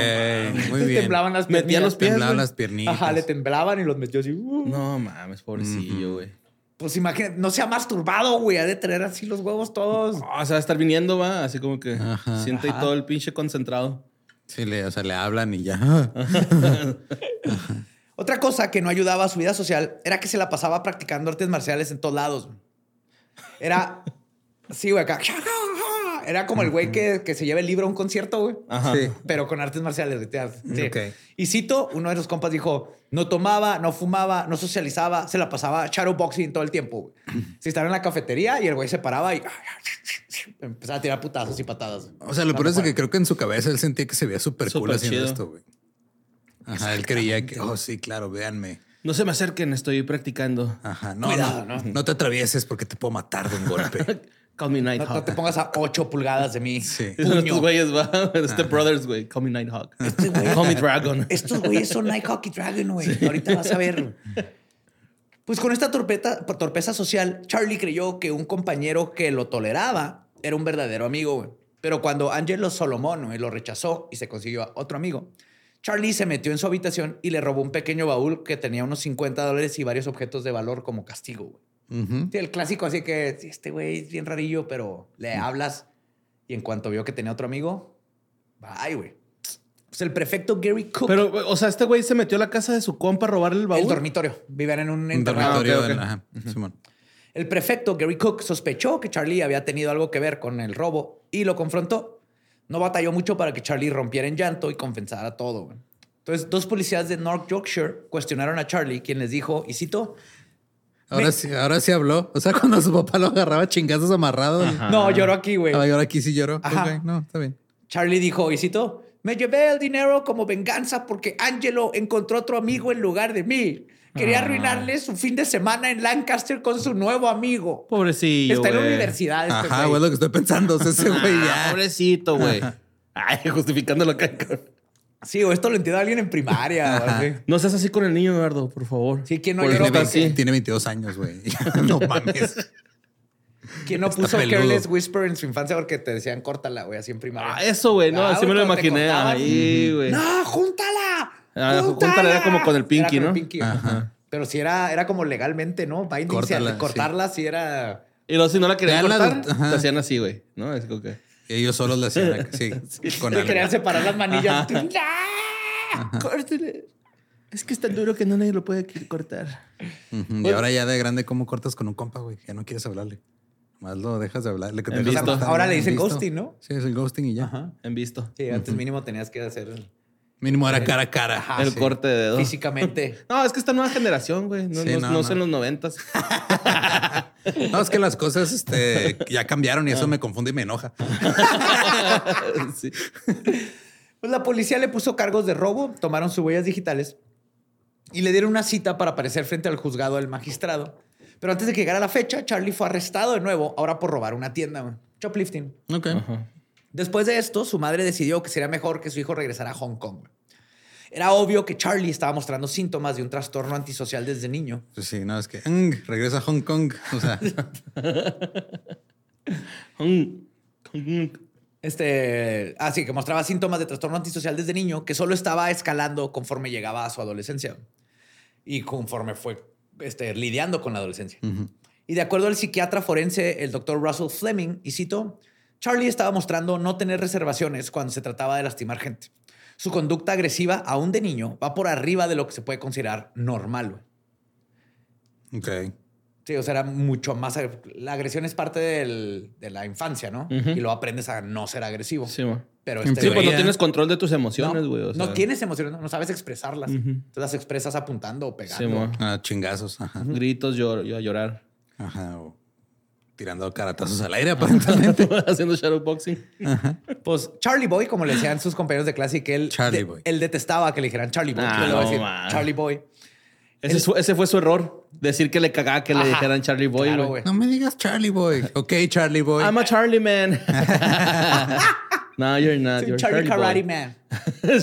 Speaker 1: Muy
Speaker 2: Le
Speaker 1: bien.
Speaker 2: temblaban las
Speaker 3: Metía
Speaker 2: piernillas.
Speaker 3: los pies,
Speaker 1: Temblaban
Speaker 3: güey.
Speaker 1: las piernitas.
Speaker 2: Ajá, le temblaban y los metió así. uh.
Speaker 3: No mames, pobrecillo, güey.
Speaker 2: Pues imagínate, no se ha masturbado, güey, ha de tener así los huevos todos.
Speaker 3: Ah, o sea, va a estar viniendo, va, así como que
Speaker 1: Ajá.
Speaker 3: siente
Speaker 2: Ajá.
Speaker 3: y todo el pinche concentrado.
Speaker 1: Sí, le, o sea, le hablan y ya.
Speaker 2: Otra cosa que no ayudaba a su vida social era que se la pasaba practicando artes marciales en todos lados. güey. Era. sí, güey, acá. Era como el güey que, que se lleva el libro a un concierto, güey.
Speaker 3: Ajá.
Speaker 1: Sí.
Speaker 2: Pero con artes marciales. güey, te das- sí.
Speaker 1: Mm, Ok.
Speaker 2: Y cito, uno de los compas dijo: no tomaba, no fumaba, no socializaba, se la pasaba shadowboxing todo el tiempo. güey. Se estaba en la cafetería y el güey se paraba y empezaba a tirar putazos y patadas. güey.
Speaker 1: O sea, lo peor es de que creo que en su cabeza él sentía que se veía súper cool
Speaker 3: Súper
Speaker 1: haciendo
Speaker 3: chido.
Speaker 1: esto, güey. Ajá, él creía que, oh, sí, claro, véanme.
Speaker 3: No se me acerquen, estoy practicando.
Speaker 1: Ajá, no,
Speaker 2: Cuidado,
Speaker 1: no, no te atravieses porque te puedo matar de un golpe.
Speaker 3: Call me
Speaker 2: No, no
Speaker 3: Nighthawk.
Speaker 2: te pongas a ocho pulgadas de mí.
Speaker 1: Sí.
Speaker 3: Estos
Speaker 2: Puño.
Speaker 3: güeyes, va. Este Brothers, güey. Call me Nighthawk.
Speaker 2: Este güey-
Speaker 3: Call me Dragon.
Speaker 2: Estos güeyes son Night Hockey Dragon, güey. Ahorita vas a ver. Pues con esta torpeta- torpeza social, Charlie creyó que un compañero que lo toleraba era un verdadero amigo, güey. Pero cuando Angelo Solomon güey, lo rechazó y se consiguió a otro amigo, Charlie se metió en su habitación y le robó un pequeño baúl que tenía unos 50 dólares y varios objetos de valor como castigo, güey.
Speaker 1: Ujú.
Speaker 2: Sí, el clásico, así que sí, este güey es bien rarillo, pero le hablas y en cuanto vio que tenía otro amigo, bye, güey. Pues el prefecto Gary Cook.
Speaker 3: Pero, o sea, este güey se metió a la casa de su compa a robarle el baúl.
Speaker 2: El dormitorio. Vivían en un
Speaker 1: Un
Speaker 2: internado.
Speaker 1: dormitorio.
Speaker 3: Ah, ok, ok.
Speaker 1: en- ajá, Simón.
Speaker 2: El prefecto Gary Cook sospechó que Charlie había tenido algo que ver con el robo y lo confrontó. No batalló mucho para que Charlie rompiera en llanto y confesara todo. güey. Entonces, dos policías de North Yorkshire cuestionaron a Charlie, quien les dijo, y cito,
Speaker 1: Ahora,
Speaker 2: Me-
Speaker 1: sí, ahora sí habló. O sea, cuando su papá lo agarraba chingazos amarrado.
Speaker 2: no, lloró aquí, güey.
Speaker 1: Ah, y ahora aquí sí lloró.
Speaker 2: Ajá.
Speaker 1: Ok, no, está bien.
Speaker 2: Charlie dijo, y cito, me llevé el dinero como venganza porque Angelo encontró otro amigo en lugar de mí. Quería arruinarle su fin de semana en Lancaster con su nuevo amigo.
Speaker 3: Pobrecillo.
Speaker 2: Está en la
Speaker 3: güey.
Speaker 2: universidad este
Speaker 1: Ajá,
Speaker 2: güey.
Speaker 1: güey, lo que estoy pensando. O sea, ese güey
Speaker 3: Ah,
Speaker 1: ya.
Speaker 3: Pobrecito, güey. Ay, justificándolo acá. cabrón.
Speaker 2: Sí, o esto lo entiende alguien en primaria. o así.
Speaker 3: No seas así con el niño, Eduardo, por favor.
Speaker 2: Sí, ¿quién no
Speaker 3: Por
Speaker 2: lloró?
Speaker 3: eso
Speaker 1: Tiene,
Speaker 3: está
Speaker 1: 20
Speaker 3: así.
Speaker 1: tiene 22 años, güey. no mames.
Speaker 2: ¿Quién no
Speaker 1: Está
Speaker 2: puso
Speaker 1: peludo.
Speaker 2: Careless Whisper en su infancia porque te decían córtala, güey, así en primaria?
Speaker 3: Ah, eso, güey, no,
Speaker 2: Ah,
Speaker 3: así me lo
Speaker 2: cuando te
Speaker 3: imaginé.
Speaker 2: cortaban.
Speaker 3: Ahí, güey.
Speaker 2: ¡No, júntala!
Speaker 3: Ah, júntala era como con el pinky,
Speaker 2: Era con el
Speaker 3: ¿no?
Speaker 2: pinky, ajá. Pero si era, era como legalmente, ¿no? Binding,
Speaker 1: Córtala,
Speaker 2: si- cortarla si era...
Speaker 3: Y luego, si no la querían
Speaker 1: Ya la-
Speaker 3: cortar,
Speaker 1: ajá.
Speaker 3: te hacían así, güey. ¿No? Es como que.
Speaker 1: Y ellos solos le hacían. acá, Sí, con
Speaker 2: Le
Speaker 1: algo.
Speaker 2: querían separar las manillas. ¡Ah! Córtale.
Speaker 3: Es que es tan duro que no nadie lo puede qu- cortar.
Speaker 1: Ujú,
Speaker 2: Pues
Speaker 1: Y ahora ya de grande, ¿cómo cortas con un compa, güey? Ya no quieres hablarle. Más lo dejas de hablar. Le que te
Speaker 3: En
Speaker 1: empieza a
Speaker 3: visto.
Speaker 1: gustar,
Speaker 2: Ahora
Speaker 1: ¿no?
Speaker 2: le
Speaker 1: En
Speaker 2: dicen
Speaker 1: visto.
Speaker 2: ghosting, ¿no?
Speaker 1: Sí, es el ghosting y ya.
Speaker 2: Ajá.
Speaker 3: Han visto.
Speaker 2: Sí, antes mínimo tenías que hacer
Speaker 1: Mínimo era cara a cara.
Speaker 2: Ajá. Ah,
Speaker 3: el
Speaker 2: sí.
Speaker 3: corte de dedo.
Speaker 2: físicamente.
Speaker 3: No, es que esta nueva generación, güey. No,
Speaker 1: Sí,
Speaker 3: no,
Speaker 1: no,
Speaker 3: no,
Speaker 1: no.
Speaker 3: son los noventas.
Speaker 1: No, es que las cosas este, ya cambiaron y
Speaker 2: Ah.
Speaker 1: eso me confunde y me enoja.
Speaker 3: Sí.
Speaker 2: Pues la policía le puso cargos de robo, tomaron sus huellas digitales y le dieron una cita para aparecer frente al juzgado del magistrado. Pero antes de que llegara la fecha, Charlie fue arrestado de nuevo, ahora por robar una tienda, güey. shoplifting.
Speaker 1: Ok.
Speaker 2: Después de esto, su madre decidió que sería mejor que su hijo regresara a Hong Kong. güey. Era obvio que Charlie estaba mostrando síntomas de un trastorno antisocial desde niño.
Speaker 1: Pues sí, no, es que mm, regresa a Hong Kong. O sea,
Speaker 3: Mm. Mm.
Speaker 2: Este, así que mostraba síntomas de trastorno antisocial desde niño, que solo estaba escalando conforme llegaba a su adolescencia y conforme fue este, lidiando con la adolescencia. Y de acuerdo al psiquiatra forense, el doctor Russell Fleming, y cito, Charlie estaba mostrando no tener reservaciones cuando se trataba de lastimar gente. Su conducta agresiva, aún de niño, va por arriba de lo que se puede considerar normal. güey.
Speaker 1: ok.
Speaker 2: Sí, o sea, era mucho más... ag- La agresión es parte del- de la infancia, ¿no?
Speaker 3: Ujú.
Speaker 2: Y lo aprendes a no ser agresivo.
Speaker 3: Sí, güey.
Speaker 2: Pero
Speaker 1: En
Speaker 2: este-
Speaker 3: Sí, pues no
Speaker 1: Teoría.
Speaker 3: tienes control de tus emociones,
Speaker 2: no,
Speaker 3: güey. o
Speaker 2: no
Speaker 3: sea,
Speaker 2: tienes emociones, no, no sabes expresarlas.
Speaker 3: Ujú.
Speaker 2: Entonces las expresas apuntando o
Speaker 3: Sí,
Speaker 2: pegando.
Speaker 3: mo.
Speaker 1: Ah, chingazos. Ajá.
Speaker 3: Gritos, llor, yo a llorar.
Speaker 1: Ajá. o tirando caratazos al aire, aparentemente.
Speaker 3: Haciendo shadowboxing.
Speaker 2: pues Charlie Boy, como le decían sus compañeros de clase, y que él,
Speaker 1: Charlie
Speaker 2: de-
Speaker 1: Boy.
Speaker 2: él detestaba que le dijeran Charlie Boy.
Speaker 3: Ah,
Speaker 2: Yo le voy a
Speaker 3: no,
Speaker 2: decir,
Speaker 3: man.
Speaker 2: Charlie Boy.
Speaker 3: Ese, fue, ese fue su error. Decir que le cagaba que
Speaker 2: Ajá.
Speaker 3: le dijeran Charlie Boy.
Speaker 2: Claro,
Speaker 3: güey.
Speaker 2: güey.
Speaker 1: no me digas Charlie Boy. Ok, Charlie Boy.
Speaker 3: I'm a Charlie man. no, you're not.
Speaker 2: Sí,
Speaker 3: You're
Speaker 2: Charlie Karate
Speaker 3: Boy.
Speaker 2: Man.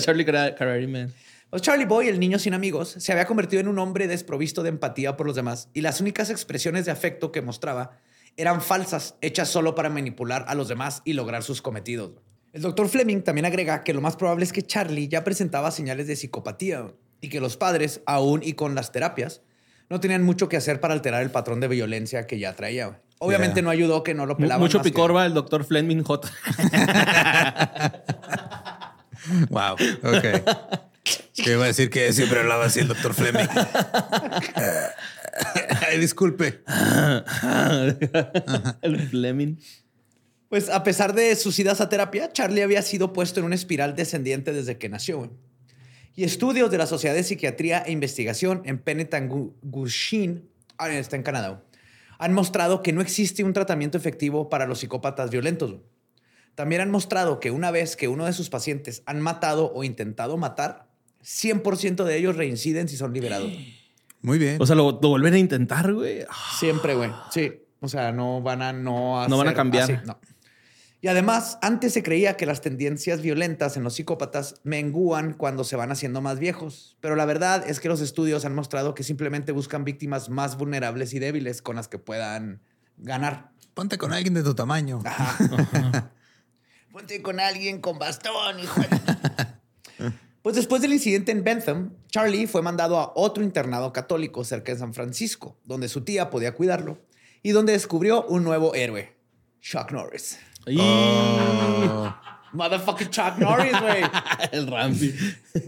Speaker 3: Charlie Kara- Karate Man.
Speaker 2: Pues Charlie Boy, el niño sin amigos, se había convertido en un hombre desprovisto de empatía por los demás y las únicas expresiones de afecto que mostraba eran falsas, hechas solo para manipular a los demás y lograr sus cometidos. El doctor Fleming también agrega que lo más probable es que Charlie ya presentaba señales de psicopatía y que los padres, aún y con las terapias, no tenían mucho que hacer para alterar el patrón de violencia que ya traía. Obviamente
Speaker 1: Ya.
Speaker 2: no ayudó que no lo
Speaker 3: Mu-
Speaker 2: pelaban.
Speaker 3: Mucho
Speaker 2: más que-
Speaker 3: picor va el doctor Fleming J.
Speaker 1: Wow. Ok. Que iba a decir que siempre hablaba así el doctor Fleming. Ay, disculpe.
Speaker 3: el Fleming.
Speaker 2: Pues a pesar de sus idas a terapia, Charlie había sido puesto en una espiral descendiente desde que nació. güey. Y estudios de la Sociedad de Psiquiatría e Investigación en Penetangushene, ah, está en Canadá, güey, han mostrado que no existe un tratamiento efectivo para los psicópatas violentos. güey. También han mostrado que una vez que uno de sus pacientes han matado o intentado matar, 100% de ellos reinciden si son liberados. güey.
Speaker 1: Muy bien.
Speaker 3: O sea, lo, lo vuelven a intentar, güey. Ah,
Speaker 2: Siempre, güey. Sí. O sea, no van a no
Speaker 3: No van a
Speaker 2: hacer
Speaker 3: cambiar.
Speaker 2: así, no. Y además, antes se creía que las tendencias violentas en los psicópatas menguan cuando se van haciendo más viejos. Pero la verdad es que los estudios han mostrado que simplemente buscan víctimas más vulnerables y débiles con las que puedan ganar.
Speaker 1: Ponte con alguien de tu tamaño.
Speaker 2: Ponte con alguien con bastón, hijo. de- pues después del incidente en Bentham, Charlie fue mandado a otro internado católico cerca de San Francisco, donde su tía podía cuidarlo y donde descubrió un nuevo héroe, Chuck Norris.
Speaker 3: y-
Speaker 2: Ah.
Speaker 1: Oh.
Speaker 2: Motherfucking Chuck Norris, güey.
Speaker 3: el Ramsey.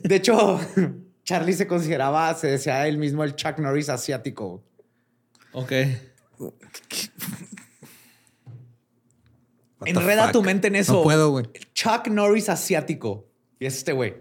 Speaker 2: De hecho, Charlie se consideraba, se decía él mismo, el Chuck Norris asiático.
Speaker 3: Ok.
Speaker 1: What the
Speaker 2: Enreda
Speaker 1: fuck?
Speaker 2: tu mente en eso.
Speaker 1: No puedo, güey.
Speaker 2: El Chuck Norris asiático. Y es este güey.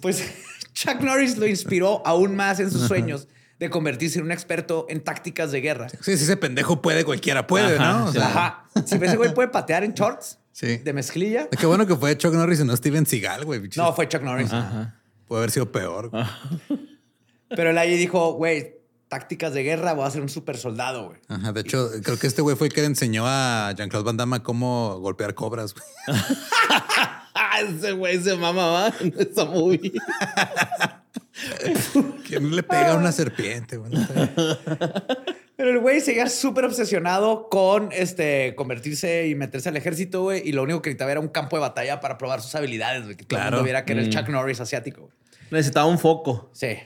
Speaker 2: Pues Chuck Norris lo inspiró aún más en sus sueños de convertirse en un experto en tácticas de guerra.
Speaker 1: Sí, sí, ese pendejo puede, cualquiera puede,
Speaker 3: Ajá,
Speaker 1: ¿no? O
Speaker 3: sí.
Speaker 1: sea,
Speaker 2: Ajá. Si ves ese güey puede patear en shorts
Speaker 1: Sí.
Speaker 2: de mezclilla.
Speaker 1: Qué bueno que fue Chuck Norris y no Steven Seagal, güey.
Speaker 2: No, fue Chuck Norris.
Speaker 3: Ajá.
Speaker 1: Puede haber sido peor. güey.
Speaker 2: Pero él ahí dijo, güey, tácticas de guerra, voy a ser un super soldado, güey.
Speaker 1: Ajá. De hecho, creo que este güey fue el que le enseñó a Jean-Claude Van Damme a cómo golpear cobras, güey.
Speaker 3: Ah, ese güey se mama, va. En esa movie.
Speaker 1: ¿Quién le pega a una serpiente? güey? No sé.
Speaker 2: Pero el güey seguía súper obsesionado con este, convertirse y meterse al ejército, güey. Y lo único que necesitaba era un campo de batalla para probar sus habilidades, güey. Que todo el
Speaker 1: Claro.
Speaker 2: mundo viera que era el Chuck Norris asiático, güey.
Speaker 3: Necesitaba un foco.
Speaker 2: Sí.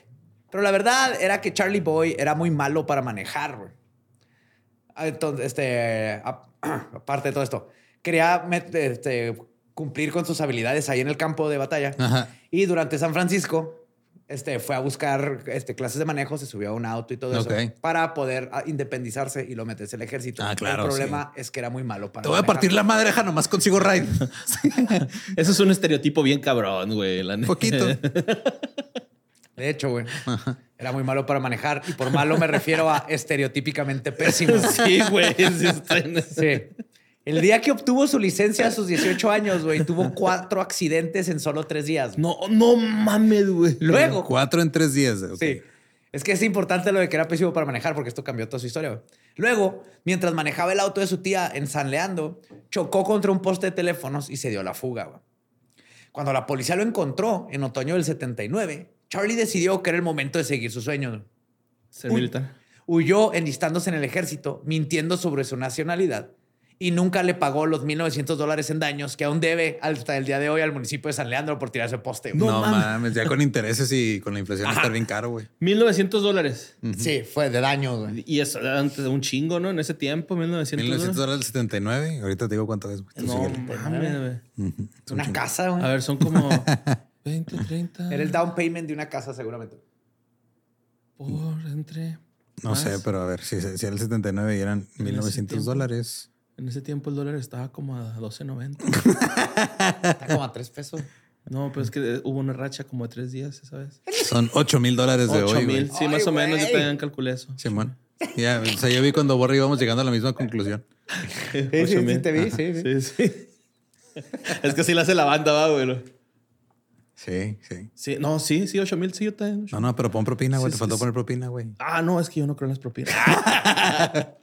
Speaker 2: Pero la verdad era que Charlie Boy era muy malo para manejar, güey. Ah, Entonces, este, a- aparte de todo esto, quería met- este, cumplir con sus habilidades ahí en el campo de batalla.
Speaker 1: Ajá.
Speaker 2: Y durante San Francisco, este, fue a buscar este, clases de manejo, se subió a un auto y todo eso
Speaker 1: Ok.
Speaker 2: para poder ah, independizarse y lo meterse al ejército.
Speaker 1: Ah, claro,
Speaker 2: El problema es que era muy malo para
Speaker 1: Te voy a
Speaker 2: manejar.
Speaker 1: partir la madre, ja, nomás consigo raid.
Speaker 3: Eso es un estereotipo bien cabrón, güey. la neta.
Speaker 1: Poquito.
Speaker 2: De hecho, güey, era muy malo para manejar y por malo me refiero a estereotípicamente pésimo.
Speaker 3: Sí, güey. sí está en-
Speaker 2: Sí. El día que obtuvo su licencia a sus 18 años, güey, tuvo cuatro accidentes en solo tres días. güey.
Speaker 3: No, no mames, güey.
Speaker 2: Luego,
Speaker 1: Cuatro en tres días. ok.
Speaker 2: Sí. Es que es importante lo de que era pésimo para manejar porque esto cambió toda su historia. güey. Luego, mientras manejaba el auto de su tía en San Leandro, chocó contra un poste de teléfonos y se dio la fuga. güey. Cuando la policía lo encontró en otoño del 79, Charlie decidió que era el momento de seguir su sueño.
Speaker 3: Ser militar.
Speaker 2: Huyó enlistándose en el ejército, mintiendo sobre su nacionalidad y nunca le pagó los 1.900 dólares en daños que aún debe hasta el día de hoy al municipio de San Leandro por tirarse poste. güey.
Speaker 1: No, mames. ya con intereses y con la inflación está bien caro, güey.
Speaker 3: 1900 dólares.
Speaker 2: Sí, fue de daños. güey.
Speaker 3: Y eso era antes de un chingo, ¿no? En ese tiempo, 1900.
Speaker 1: 1900
Speaker 3: dólares.
Speaker 1: dólares del 79. Ahorita te digo cuánto es. güey. Tú
Speaker 3: No
Speaker 1: síguele.
Speaker 3: mames, güey.
Speaker 2: Una casa, güey.
Speaker 3: A ver, son como 20, 30.
Speaker 2: Era el down payment de una casa, seguramente.
Speaker 3: Por entre.
Speaker 1: No
Speaker 3: más.
Speaker 1: sé, pero a ver, si, si era el 79 y eran 1900
Speaker 3: tiempo.
Speaker 1: dólares.
Speaker 3: En ese tiempo el dólar estaba como a 12.90.
Speaker 2: Está como a tres pesos.
Speaker 3: No, pero es que hubo una racha como de tres días, ¿sabes?
Speaker 1: Son 8 mil dólares Pues de hoy.
Speaker 3: 8
Speaker 1: güey.
Speaker 3: mil. Sí,
Speaker 2: Ay,
Speaker 3: más o menos yo
Speaker 2: güey.
Speaker 3: también calculé eso.
Speaker 1: Simón. Ya, o sea, yo vi cuando Borre íbamos llegando a la misma conclusión.
Speaker 2: Sí, sí,
Speaker 3: Ocho
Speaker 2: sí,
Speaker 3: mil.
Speaker 2: te vi, sí, sí.
Speaker 3: Sí, sí. es que sí la hace la banda, va, güey.
Speaker 1: Sí, sí.
Speaker 3: Sí, no, sí, sí, 8 mil, sí, yo también.
Speaker 1: No, no, pero pon propina, güey.
Speaker 3: Sí,
Speaker 1: te
Speaker 3: sí,
Speaker 1: faltó
Speaker 3: sí.
Speaker 1: poner propina, güey.
Speaker 3: Ah, no, es que yo no creo en las propinas.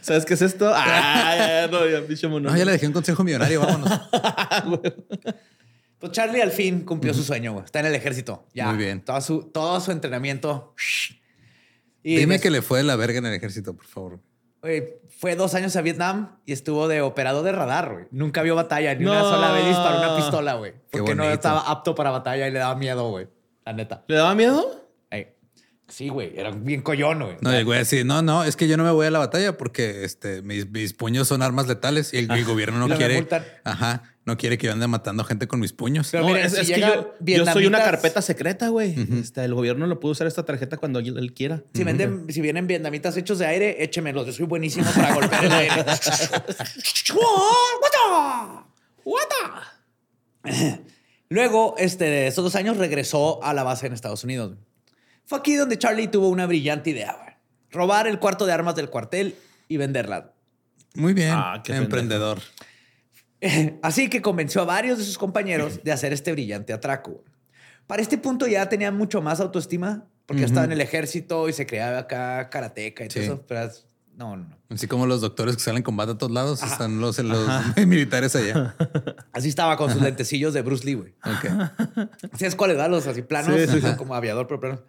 Speaker 3: ¿Sabes qué es esto? Ah, ya, ya, no, ya, pinche mono.
Speaker 1: No, Ah, ya le dejé un consejo millonario, vámonos.
Speaker 2: Pues Charlie al fin cumplió su sueño, güey. Está en el ejército. Ya.
Speaker 1: Muy bien.
Speaker 2: Todo su, todo su entrenamiento. Y
Speaker 1: Dime
Speaker 2: des-
Speaker 1: que le fue de la verga en el ejército, por favor.
Speaker 2: güey, fue dos años a Vietnam y estuvo de operador de radar, güey. Nunca vio batalla, ni una
Speaker 3: No.
Speaker 2: sola vez disparó una pistola, güey. Porque no
Speaker 1: bonito.
Speaker 2: estaba apto para batalla y le daba miedo, güey. La neta.
Speaker 3: ¿Le daba miedo?
Speaker 2: Ey. Sí, güey. Era bien collón, güey.
Speaker 1: No, y el güey así, no, no, es que yo no me voy a la batalla porque este, mis, mis puños son armas letales y el, el gobierno no
Speaker 2: Lo me
Speaker 1: quiere.
Speaker 2: multan.
Speaker 1: Ajá, no quiere que yo ande matando gente con mis puños.
Speaker 2: Pero
Speaker 3: no,
Speaker 2: miren,
Speaker 3: es,
Speaker 2: si
Speaker 3: es que
Speaker 2: llega
Speaker 3: yo, yo soy una
Speaker 2: vietnamitas-
Speaker 3: carpeta secreta, güey. Este, El gobierno lo puede usar esta tarjeta cuando él él quiera.
Speaker 2: Si, venden, si vienen vietnamitas hechos de aire, échemelos. Yo soy buenísimo para golpear el aire. Luego, este, de esos dos años, regresó a la base en Estados Unidos. Fue aquí donde Charlie tuvo una brillante idea. güey. Robar el cuarto de armas del cuartel y venderla.
Speaker 1: Muy bien,
Speaker 3: Ah, qué
Speaker 1: emprendedor.
Speaker 2: Así que convenció a varios de sus compañeros de hacer este brillante atraco. Para este punto ya tenía mucho más autoestima porque ya estaba en el ejército y se creaba acá karateca y todo
Speaker 1: Sí.
Speaker 2: eso. Pero no, no, no.
Speaker 1: Así como los doctores que salen en combate a todos lados, están los, los militares allá.
Speaker 2: Así estaba con sus lentecillos de Bruce Lee, güey.
Speaker 1: Ok.
Speaker 2: ¿Sabes cuáles eran los así planos?
Speaker 3: Sí, sí, sí.
Speaker 2: Como aviador, pero planos.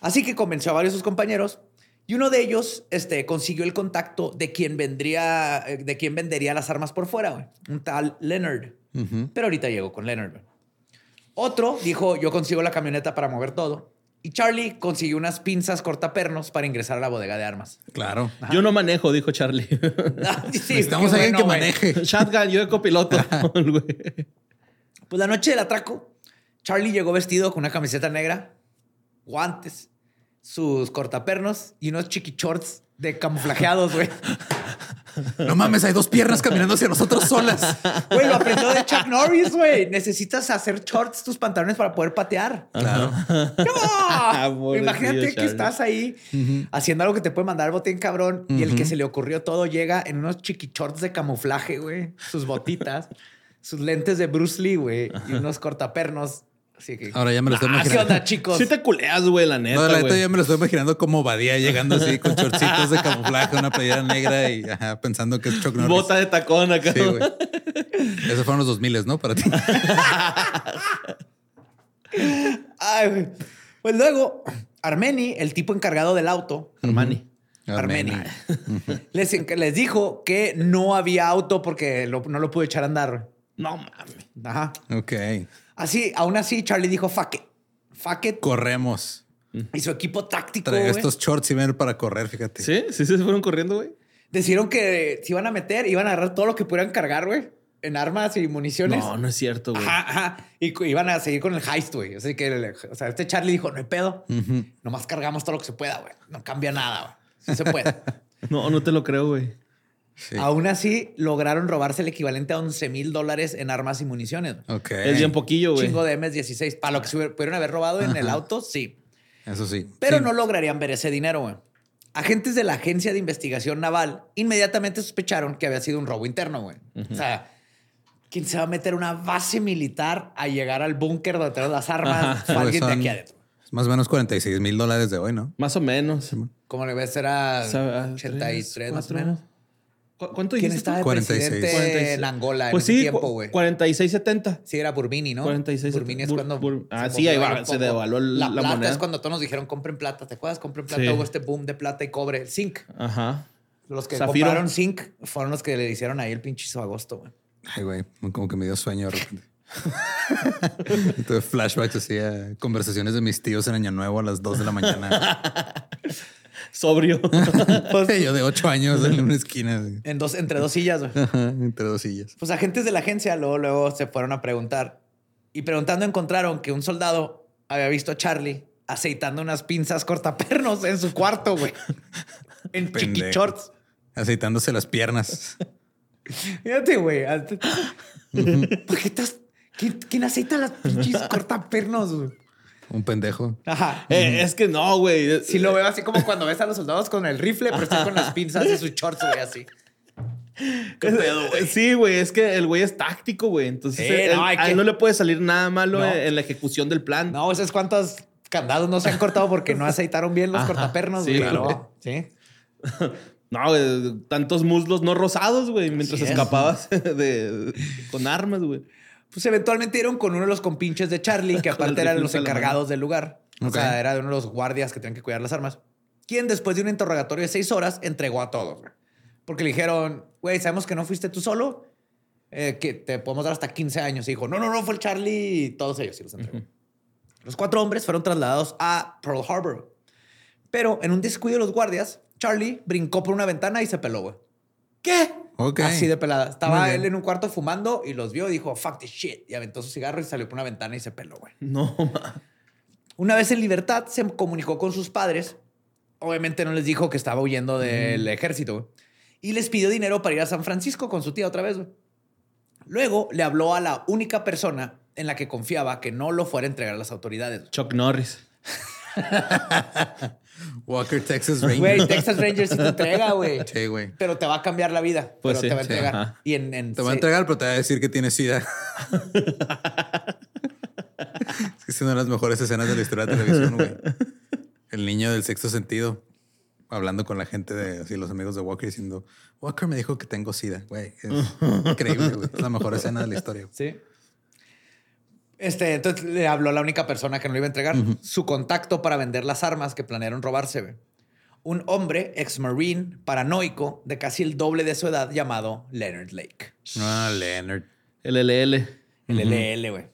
Speaker 2: Así que convenció a varios de sus compañeros y uno de ellos este, consiguió el contacto de quien vendría, eh, de quien vendería las armas por fuera, güey. Un tal Leonard.
Speaker 1: Ujú.
Speaker 2: Pero ahorita llegó con Leonard. güey. Otro dijo, yo consigo la camioneta para mover todo. Y Charlie consiguió unas pinzas cortapernos para ingresar a la bodega de armas. Ah,
Speaker 1: Claro.
Speaker 3: Yo no manejo, dijo Charlie.
Speaker 2: Sí,
Speaker 1: Necesitamos
Speaker 2: qué
Speaker 1: a alguien
Speaker 2: bueno, güey.
Speaker 1: que maneje.
Speaker 3: Shotgun, yo de copiloto. güey.
Speaker 2: Pues la noche del atraco, Charlie llegó vestido con una camiseta negra, guantes, sus cortapernos y unos chiquichorts de camuflajeados, güey.
Speaker 1: No mames, hay dos piernas caminando hacia nosotros solas.
Speaker 2: Güey, lo aprendió de Chuck Norris, güey. Necesitas hacer shorts tus pantalones para poder patear.
Speaker 1: Claro.
Speaker 2: ¡No!
Speaker 3: Pobrecillo
Speaker 2: Imagínate que
Speaker 3: Charlie.
Speaker 2: estás ahí haciendo algo que te puede mandar botín cabrón y el que se le ocurrió todo llega en unos chiquichorts de camuflaje, güey. Sus botitas, sus lentes de Bruce Lee, güey, y unos cortapernos. Así que...
Speaker 1: Ahora ya me lo estoy
Speaker 2: Ah, ¿Qué
Speaker 1: imaginando.
Speaker 2: onda, chicos?
Speaker 3: Sí te culeas, güey, la
Speaker 1: No, la
Speaker 3: neta,
Speaker 1: neta
Speaker 3: güey.
Speaker 1: ya me lo estoy imaginando como Badía llegando así con chorcitos de camuflaje, una playera negra y ajá, pensando que es Chuck Norris.
Speaker 3: Bota de tacón acá.
Speaker 1: Sí, güey. Esos fueron los 2000, ¿no? Para ti.
Speaker 2: Ay, güey. Pues luego, Armeni, el tipo encargado del auto,
Speaker 3: Armani.
Speaker 2: Armeni, les, enc- les dijo que no había auto porque lo- no lo pudo echar a andar.
Speaker 3: No mames.
Speaker 2: Ajá.
Speaker 1: Ok.
Speaker 2: Así, aún así, Charlie dijo, fuck it. Fuck it.
Speaker 1: Corremos.
Speaker 2: Y su equipo táctico
Speaker 1: Traigo
Speaker 2: güey,
Speaker 1: estos shorts y ven para correr, fíjate.
Speaker 3: este. ¿Sí? ¿Sí se fueron corriendo, güey?
Speaker 2: decidieron que se iban a meter, iban a agarrar todo lo que pudieran cargar, güey. en armas y municiones.
Speaker 3: No, no es cierto, güey.
Speaker 2: Ajá, ajá. Y cu- iban a seguir con el heist, güey. Así que, el- o sea, este Charlie dijo, no hay pedo. Nomás cargamos todo lo que se pueda, güey. No cambia nada, güey. Sí se puede.
Speaker 3: No, no te lo creo, güey.
Speaker 1: Sí.
Speaker 3: Ah,
Speaker 2: Aún así, lograron robarse el equivalente a 11 mil dólares en armas y municiones. güey.
Speaker 1: Ok.
Speaker 3: Es bien poquillo, güey.
Speaker 2: Chingo de MS-16. Para lo que se hubiera- pudieron haber robado en el auto, sí.
Speaker 1: Eso sí.
Speaker 2: Pero
Speaker 1: Sí.
Speaker 2: no lograrían ver ese dinero, güey. Agentes de la Agencia de Investigación Naval inmediatamente sospecharon que había sido un robo interno, güey. O sea, ¿quién se va a meter a una base militar a llegar al búnker donde traen las armas? Fue
Speaker 1: Pues
Speaker 2: alguien de
Speaker 1: son
Speaker 2: aquí adentro.
Speaker 1: Más o menos 46 mil dólares de hoy, ¿no?
Speaker 3: Más o menos.
Speaker 2: ¿Cómo le ves? Era
Speaker 3: O sea, ah,
Speaker 2: 83 más o
Speaker 3: cuatro. Pues,
Speaker 2: menos.
Speaker 3: ¿Cu- ¿Cuánto
Speaker 2: ¿Quién
Speaker 3: dijiste
Speaker 2: estaba
Speaker 3: tú?
Speaker 2: de
Speaker 1: 46.
Speaker 2: presidente
Speaker 3: 46.
Speaker 2: en Angola
Speaker 3: Pues
Speaker 2: en ese
Speaker 3: sí,
Speaker 2: tiempo,
Speaker 3: cu-
Speaker 2: güey?
Speaker 3: 46.70.
Speaker 2: Sí, era Burmini, ¿no?
Speaker 3: 46.
Speaker 2: Burmini es
Speaker 3: Bur-
Speaker 2: cuando.
Speaker 3: Bur-
Speaker 2: se
Speaker 3: ah, sí,
Speaker 2: movió
Speaker 3: ahí va,
Speaker 2: bien
Speaker 3: se
Speaker 2: poco.
Speaker 3: devaluó
Speaker 2: la,
Speaker 3: la
Speaker 2: plata
Speaker 3: moneda.
Speaker 2: es cuando todos nos dijeron compren plata. ¿Te acuerdas? Compren plata.
Speaker 3: Sí.
Speaker 2: Hubo este boom de plata y cobre. Zinc.
Speaker 3: Ajá.
Speaker 2: Los que
Speaker 3: Zafiro.
Speaker 2: compraron zinc fueron los que le hicieron ahí el pinchizo agosto, güey.
Speaker 1: Ay, güey, como que me dio sueño de repente. Tuve flashbacks así a conversaciones de mis tíos en Año Nuevo a las 2 de la mañana.
Speaker 3: Sobrio. Pues,
Speaker 1: Yo de 8 años en una esquina, así.
Speaker 2: En dos, entre dos sillas, güey.
Speaker 1: Ajá, entre dos sillas.
Speaker 2: Pues agentes de la agencia luego, luego se fueron a preguntar. Y preguntando encontraron que un soldado había visto a Charlie aceitando unas pinzas cortapernos en su cuarto, güey. En
Speaker 1: Pendejo.
Speaker 2: chiqui shorts.
Speaker 1: Aceitándose las piernas.
Speaker 2: Fíjate, güey. hasta- ¿Por qué estás? ¿Quién, quién aceita las pinches cortapernos, güey?
Speaker 1: Un pendejo.
Speaker 2: Ajá.
Speaker 3: Eh, es que no, güey.
Speaker 2: Si lo veo así como cuando ves a los soldados con el rifle, pero está con las pinzas y sus shorts, güey, así.
Speaker 3: Es- Sí, güey, es que el güey es táctico, güey. Entonces,
Speaker 2: Sí,
Speaker 3: él-
Speaker 2: no, hay
Speaker 3: a él
Speaker 2: que-
Speaker 3: no le puede salir nada malo
Speaker 2: No.
Speaker 3: en, en la ejecución del plan.
Speaker 2: No, esas cuántos candados no se han cortado porque no aceitaron bien los
Speaker 3: Ajá,
Speaker 2: cortapernos,
Speaker 3: sí,
Speaker 2: güey.
Speaker 3: claro.
Speaker 2: No, Sí.
Speaker 3: No, güey, tantos muslos no rosados, güey, mientras
Speaker 2: Así es.
Speaker 3: escapabas de, con armas, güey.
Speaker 2: Pues eventualmente dieron con uno de los compinches de Charlie, que
Speaker 3: Con el
Speaker 2: aparte eran
Speaker 3: rifle
Speaker 2: los
Speaker 3: en la mano.
Speaker 2: encargados del lugar. O
Speaker 1: Ok.
Speaker 2: sea, era de uno de los guardias que tenían que cuidar las armas. Quien después de un interrogatorio de seis horas entregó a todos. güey. Porque le dijeron, güey, sabemos que no fuiste tú solo, eh, que te podemos dar hasta 15 años. Y dijo, no, no, no, fue el Charlie y todos ellos. Y los entregó. Los cuatro hombres fueron trasladados a Pearl Harbor. Pero en un descuido de los guardias, Charlie brincó por una ventana y se peló, güey. ¿Qué?
Speaker 1: Ok.
Speaker 2: Así de pelada. Estaba
Speaker 1: Muy bien.
Speaker 2: él en un cuarto fumando y los vio y dijo, fuck this shit. Y aventó su cigarro y salió por una ventana y se peló, güey.
Speaker 3: No, ma.
Speaker 2: Una vez en libertad, se comunicó con sus padres. Obviamente no les dijo que estaba huyendo del ejército, güey. Y les pidió dinero para ir a San Francisco con su tía otra vez, güey. Luego le habló a la única persona en la que confiaba que no lo fuera a entregar a las autoridades. güey.
Speaker 3: Chuck Norris.
Speaker 1: Walker, Texas Ranger.
Speaker 2: Güey, Texas Rangers sí te entrega, güey.
Speaker 1: Sí, güey.
Speaker 2: Pero te va a cambiar la vida.
Speaker 3: Pues
Speaker 2: pero
Speaker 3: sí,
Speaker 2: te va a
Speaker 3: sí,
Speaker 2: entregar.
Speaker 3: ajá.
Speaker 2: Y en, en-
Speaker 1: Te va a
Speaker 2: sí.
Speaker 1: entregar, pero te va a decir que tienes sida. es que es una de las mejores escenas de la historia de la televisión, güey. El niño del sexto sentido hablando con la gente de así, los amigos de Walker diciendo: Walker me dijo que tengo sida, güey. Es increíble, güey. Es la mejor escena de la historia.
Speaker 2: Sí. Este, entonces le habló a la única persona que no lo iba a entregar. Su contacto para vender las armas que planearon robarse. güey. Un hombre, ex-marine, paranoico, de casi el doble de su edad, llamado Leonard Lake.
Speaker 1: Ah, Leonard.
Speaker 3: LLL.
Speaker 2: El LL, güey.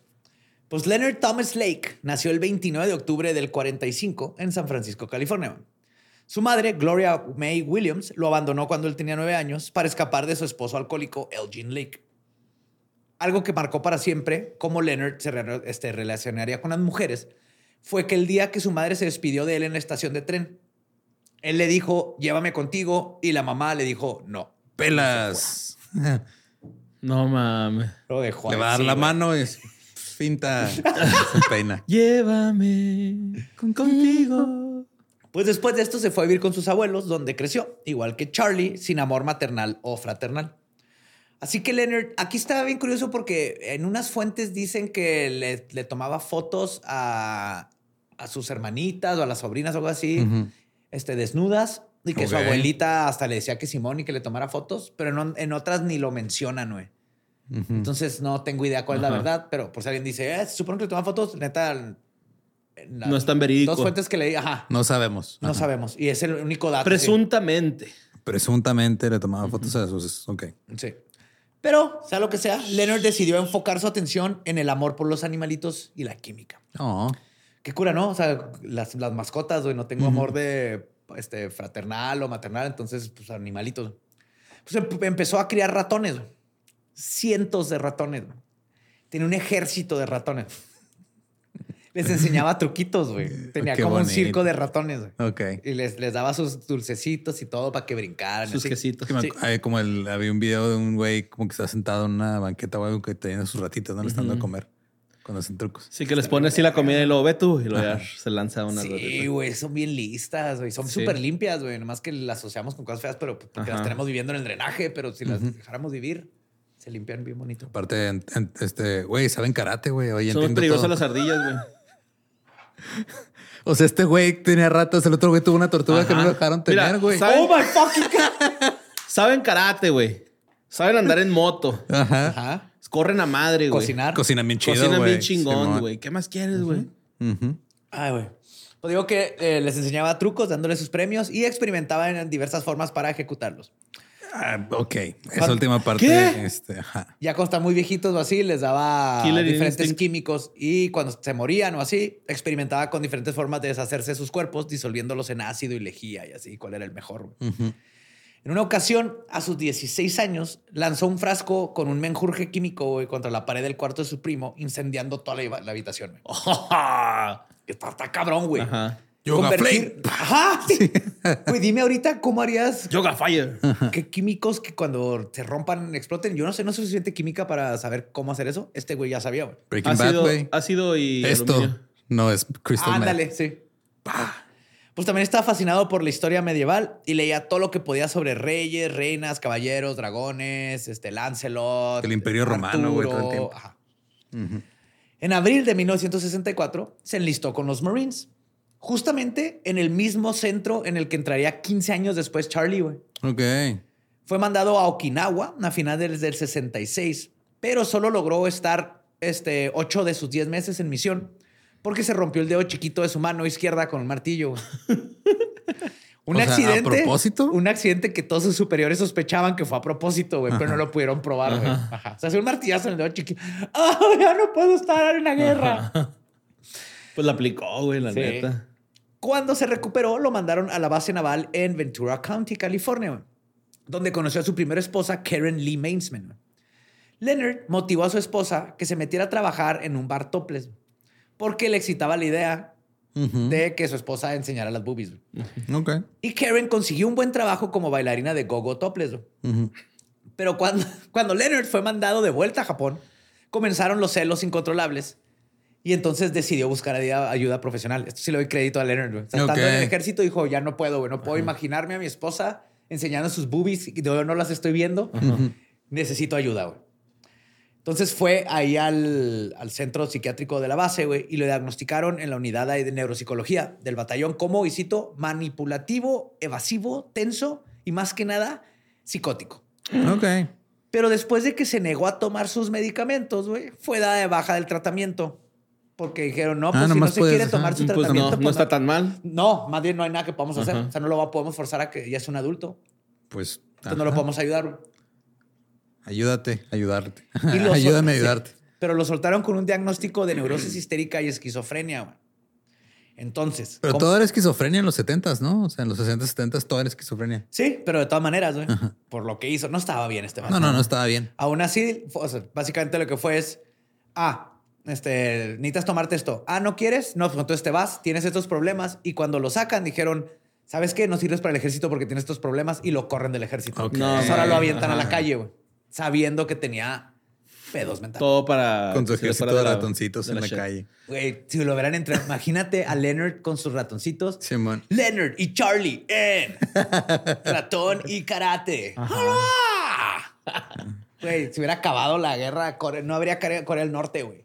Speaker 2: Pues Leonard Thomas Lake nació el 29 de octubre del 45 en San Francisco, California. güey. Su madre, Gloria May Williams, lo abandonó cuando él tenía nueve años para escapar de su esposo alcohólico, Elgin Lake. Algo que marcó para siempre cómo Leonard se re- este, relacionaría con las mujeres fue que el día que su madre se despidió de él en la estación de tren, él le dijo, llévame contigo, y la mamá le dijo, no.
Speaker 1: Pelas. Le
Speaker 3: No mames.
Speaker 2: Lo dejó
Speaker 1: va a dar
Speaker 2: así,
Speaker 1: la
Speaker 2: güey.
Speaker 1: mano y finta. Se peina.
Speaker 3: Llévame contigo.
Speaker 2: Pues después de esto se fue a vivir con sus abuelos, donde creció, igual que Charlie, sin amor maternal o fraternal. Así que Leonard, aquí estaba bien curioso porque en unas fuentes dicen que le, le tomaba fotos a, a sus hermanitas o a las sobrinas o algo así,
Speaker 1: Ujú.
Speaker 2: este, desnudas, y que su
Speaker 1: Ok.
Speaker 2: abuelita hasta le decía que Simón y que le tomara fotos, pero en, on- en otras ni lo mencionan, güey.
Speaker 1: Ujú.
Speaker 2: Entonces no tengo idea cuál es la
Speaker 3: Mm. Ajá.
Speaker 2: verdad, pero por si alguien dice, eh, se supone que le toman fotos, neta. en las
Speaker 3: No es tan verídico.
Speaker 2: Dos fuentes que leí, ajá.
Speaker 1: no sabemos.
Speaker 2: No
Speaker 1: Ajá.
Speaker 2: sabemos. Y es el único dato. que-
Speaker 3: Presuntamente.
Speaker 1: Presuntamente le tomaba fotos a sus. Ok.
Speaker 2: Sí. Pero, sea lo que sea, Leonard decidió enfocar su atención en el amor por los animalitos y la química.
Speaker 1: Oh.
Speaker 2: Qué cura, ¿no? O sea, las, las mascotas, güey, no tengo amor de este, fraternal o maternal, entonces, pues animalitos. Pues em- empezó a criar ratones. güey. cientos de ratones. güey. Tenía un ejército de ratones. Les enseñaba truquitos, güey. Tenía
Speaker 1: Ah, Qué
Speaker 2: como un
Speaker 1: bonito.
Speaker 2: circo de ratones, güey.
Speaker 1: Ok.
Speaker 2: Y les, les daba sus dulcecitos y todo para que
Speaker 1: Ah,
Speaker 2: brincaran.
Speaker 3: Sus
Speaker 2: así.
Speaker 3: quesitos.
Speaker 1: Que me-
Speaker 2: Sí.
Speaker 1: hay como el, había un video de un güey como que está sentado en una banqueta o algo que teniendo sus ratitos, ¿no? Le están dando a comer cuando hacen trucos.
Speaker 3: Sí, que les pone así la comida y luego ve tú y luego ya se lanza una
Speaker 2: Sí,
Speaker 3: gotita.
Speaker 2: güey, son bien listas, güey. Son
Speaker 3: Sí.
Speaker 2: súper limpias, güey. Nomás que las asociamos con cosas feas, pero pues, porque las
Speaker 3: Ajá.
Speaker 2: tenemos viviendo en el drenaje, pero si las dejáramos vivir, se limpian bien bonito.
Speaker 1: Aparte, en- en- este, güey, saben karate, güey. Oye,
Speaker 3: Son
Speaker 1: entiendo
Speaker 3: peligrosas
Speaker 1: todo.
Speaker 3: las ardillas, güey.
Speaker 1: O sea, este güey tenía ratas, el otro güey tuvo una tortuga que no
Speaker 3: Ajá.
Speaker 1: lo dejaron
Speaker 3: Mira,
Speaker 1: tener, güey.
Speaker 3: ¿saben?
Speaker 2: fucking
Speaker 3: Saben karate, güey. Saben andar en moto.
Speaker 1: Ajá.
Speaker 2: Ajá.
Speaker 3: Corren a madre, güey.
Speaker 2: Cocinar.
Speaker 1: Ah. Cocinan bien chido,
Speaker 3: Cocinan
Speaker 1: güey.
Speaker 3: bien chingón,
Speaker 1: Simón.
Speaker 3: güey. ¿Qué más quieres, güey?
Speaker 1: Ujú.
Speaker 2: Ay, güey. Pues digo que eh, les enseñaba trucos, dándole sus premios y experimentaban en diversas formas para ejecutarlos.
Speaker 1: Ah, ok, esa última parte.
Speaker 3: ¿Qué?
Speaker 1: Este, ajá.
Speaker 2: Ya cuando están muy viejitos o así, les daba
Speaker 3: Killer
Speaker 2: diferentes
Speaker 3: Instinct.
Speaker 2: químicos y cuando se morían o así, experimentaba con diferentes formas de deshacerse de sus cuerpos, disolviéndolos en ácido y lejía y así, cuál era el mejor. güey.
Speaker 1: Ujú.
Speaker 2: En una ocasión, a sus 16 años, lanzó un frasco con un menjurje químico güey, contra la pared del cuarto de su primo, incendiando toda la, la habitación. güey. Está, está cabrón, güey.
Speaker 3: Ajá.
Speaker 1: Yoga
Speaker 2: Convertir- Ajá. Güey, dime ahorita cómo harías
Speaker 3: Yoga Fire.
Speaker 1: Ah.
Speaker 2: qué químicos que cuando se rompan exploten. Yo no sé, no es suficiente química para saber cómo hacer eso. Este güey ya sabía, güey.
Speaker 1: Breaking Bad,
Speaker 3: Ácido,
Speaker 1: güey.
Speaker 3: ácido y
Speaker 1: Esto
Speaker 3: aluminio.
Speaker 1: no es Crystal Meth.
Speaker 2: Ándale, sí. Pues también estaba fascinado por la historia medieval y leía todo lo que podía sobre reyes, reinas, caballeros, dragones, este Lancelot,
Speaker 1: El Imperio Romano, güey, todo el
Speaker 2: Arturo,
Speaker 1: tiempo.
Speaker 2: ajá.
Speaker 1: Ujú.
Speaker 2: En abril de 1964 se enlistó con los Marines, justamente en el mismo centro en el que entraría 15 años después Charlie, güey.
Speaker 1: Ok.
Speaker 2: Fue mandado a Okinawa a finales del 66, pero solo logró estar este, 8 de sus 10 meses en misión porque se rompió el dedo chiquito de su mano izquierda con el martillo. güey. Un
Speaker 1: O sea, ¿a
Speaker 2: accidente.
Speaker 1: propósito?
Speaker 2: Un accidente que todos sus superiores sospechaban que fue a propósito, güey, pero no lo pudieron probar, güey. Ajá. Se hace un martillazo en el dedo chiquito. ¡Ah, ya no puedo estar en la guerra!
Speaker 3: Pues la aplicó, güey, la
Speaker 2: Sí.
Speaker 3: neta.
Speaker 2: Cuando se recuperó, lo mandaron a la base naval en Ventura County, California, donde conoció a su primera esposa, Karen Lee Mainsman. Leonard motivó a su esposa que se metiera a trabajar en un bar topless, porque le excitaba la idea
Speaker 1: Ujú.
Speaker 2: de que su esposa enseñara las boobies.
Speaker 1: Ok.
Speaker 2: Y Karen consiguió un buen trabajo como bailarina de gogo topless.
Speaker 1: Ujú.
Speaker 2: Pero cuando, cuando Leonard fue mandado de vuelta a Japón, comenzaron los celos incontrolables y entonces decidió buscar ayuda, ayuda profesional. Esto sí le doy crédito a Leonard. güey. O sea, estando
Speaker 1: Ok.
Speaker 2: en el ejército dijo, ya no puedo, güey, no puedo imaginarme a mi esposa enseñando sus boobies y yo no las estoy viendo. Necesito ayuda, güey. Entonces fue ahí al, al centro psiquiátrico de la base, güey, y lo diagnosticaron en la unidad de neuropsicología del batallón como, y cito, manipulativo, evasivo, tenso y más que nada psicótico.
Speaker 1: Ok.
Speaker 2: Pero después de que se negó a tomar sus medicamentos, güey, fue dada de baja del tratamiento. Porque dijeron, no,
Speaker 1: Ah,
Speaker 2: pues si no
Speaker 1: nomás
Speaker 2: se
Speaker 1: puedes,
Speaker 2: quiere
Speaker 1: ajá.
Speaker 2: tomar su
Speaker 3: Pues
Speaker 2: tratamiento,
Speaker 3: no,
Speaker 2: pues
Speaker 3: no está tan mal.
Speaker 2: No, más bien no hay nada que podamos hacer.
Speaker 3: Ajá.
Speaker 2: O sea, no lo va- podemos forzar a que ya es un adulto.
Speaker 1: Pues.
Speaker 2: Entonces no lo
Speaker 1: ajá.
Speaker 2: podemos ayudar. güey.
Speaker 1: Ayúdate, ayudarte.
Speaker 2: Y lo sol-
Speaker 1: Ayúdame a
Speaker 2: sí.
Speaker 1: ayudarte.
Speaker 2: Pero lo soltaron con un diagnóstico de neurosis histérica y esquizofrenia, güey. Entonces.
Speaker 1: Pero
Speaker 2: ¿cómo-
Speaker 1: todo era esquizofrenia en los 70s, ¿no? O sea, en los 60s, 70s todo era esquizofrenia.
Speaker 2: Sí, pero de todas maneras, güey. Por lo que hizo, no estaba bien este
Speaker 1: No, no, no estaba bien.
Speaker 2: Aún así, fue- o sea, básicamente lo que fue es, ah, este, necesitas tomarte esto. Ah, ¿no quieres? No, pues entonces te vas, tienes estos problemas. Y cuando lo sacan, dijeron, ¿sabes qué? No sirves para el ejército porque tienes estos problemas y lo corren del ejército.
Speaker 1: Ok.
Speaker 2: Entonces ahora lo avientan a la
Speaker 3: Ajá.
Speaker 2: calle, güey, sabiendo que tenía pedos mentales.
Speaker 3: Todo para.
Speaker 1: Con su
Speaker 3: se les
Speaker 1: ejército
Speaker 3: para
Speaker 1: de
Speaker 3: la-
Speaker 1: ratoncitos
Speaker 3: de
Speaker 1: en la
Speaker 3: shit.
Speaker 1: calle.
Speaker 2: Güey, si lo verán entre, imagínate a Leonard con sus ratoncitos.
Speaker 1: Simón.
Speaker 2: Leonard y Charlie en ratón y karate. ¡Hurra! Güey, si hubiera acabado la guerra, Core- no habría Core- Corea del Norte, güey.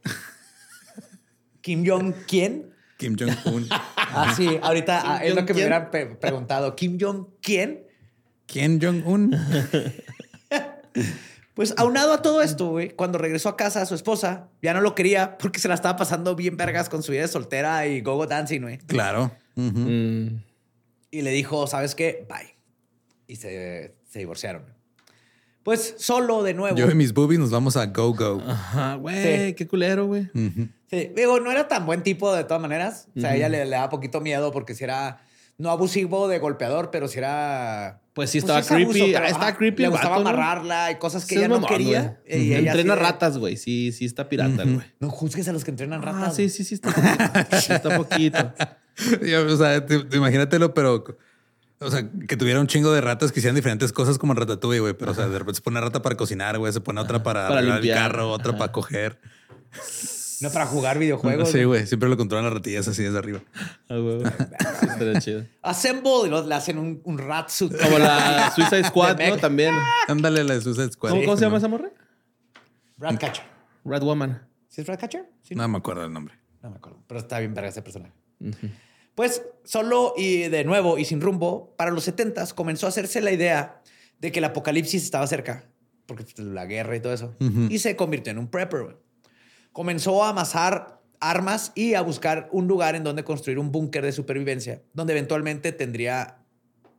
Speaker 2: Kim Jong quién?
Speaker 1: Kim Jong-un.
Speaker 2: Ah, sí, ahorita ah, es lo que me
Speaker 3: Jong-quién.
Speaker 2: hubieran pe- preguntado. ¿Kim Jong quién?
Speaker 1: Kim Jong-un.
Speaker 2: Pues aunado a todo esto, güey, cuando regresó a casa su esposa, ya no lo quería porque se la estaba pasando bien vergas con su vida de soltera y go-go dancing, güey.
Speaker 1: Claro. Ujú.
Speaker 3: Mm.
Speaker 2: Y le dijo, ¿sabes qué? Bye. Y se, se divorciaron. Pues solo de nuevo.
Speaker 1: Yo y mis boobies nos vamos a go-go.
Speaker 3: Ajá, güey,
Speaker 2: Sí.
Speaker 3: qué culero, güey.
Speaker 1: Ujú.
Speaker 2: Sí, digo, no era tan buen tipo de todas maneras. O sea, ella le, le daba poquito miedo porque si era no abusivo de golpeador, pero si era.
Speaker 3: Pues sí, estaba creepy.
Speaker 2: pero,
Speaker 3: Ah, está
Speaker 2: ajá,
Speaker 3: creepy
Speaker 2: Le
Speaker 3: el
Speaker 2: gustaba
Speaker 3: vato, ¿no?
Speaker 2: amarrarla y cosas que ella
Speaker 3: Ese es
Speaker 2: no
Speaker 3: mamón,
Speaker 2: quería.
Speaker 3: güey.
Speaker 2: y
Speaker 3: Ujú.
Speaker 2: ella
Speaker 3: Entrena
Speaker 2: así de,
Speaker 3: ratas, güey. Sí, sí, está pirata, güey.
Speaker 2: No juzgues a los que entrenan ratas.
Speaker 3: Ah, sí,
Speaker 2: güey".
Speaker 3: sí, sí, está poquito. Sí, está poquito. Ah,
Speaker 1: Ya, o sea, te- te imagínatelo, pero. O sea, que tuviera un chingo de ratas que hicieran diferentes cosas como en Ratatouille, güey. Pero, o sea, de repente se pone una rata para cocinar, güey. Se pone otra para,
Speaker 3: Para
Speaker 1: arreglar
Speaker 3: limpiar.
Speaker 1: el carro, otra para coger.
Speaker 2: No para jugar videojuegos.
Speaker 1: Sí, güey. Siempre lo controlan las ratillas así desde arriba.
Speaker 3: Ah, güey. Sí, estaría chido.
Speaker 2: Assemble y los- le hacen un, un ratsuit.
Speaker 3: Como la Suicide Squad,
Speaker 2: De Ah,
Speaker 3: ¿no?
Speaker 2: Meg.
Speaker 3: También.
Speaker 1: Ándale, la de Suicide Squad.
Speaker 3: ¿Cómo, cómo se llama esa morra?
Speaker 2: Ratcatcher.
Speaker 3: Rat Woman.
Speaker 2: ¿Sí es Ratcatcher? Sí,
Speaker 1: No me acuerdo el nombre.
Speaker 2: No me acuerdo, pero está bien verga ese personaje. Pues solo y de nuevo y sin rumbo, para los 70 comenzó a hacerse la idea de que el apocalipsis estaba cerca, porque pues, la guerra y todo eso, y se convirtió en un prepper. güey. Comenzó a amasar armas y a buscar un lugar en donde construir un búnker de supervivencia, donde eventualmente tendría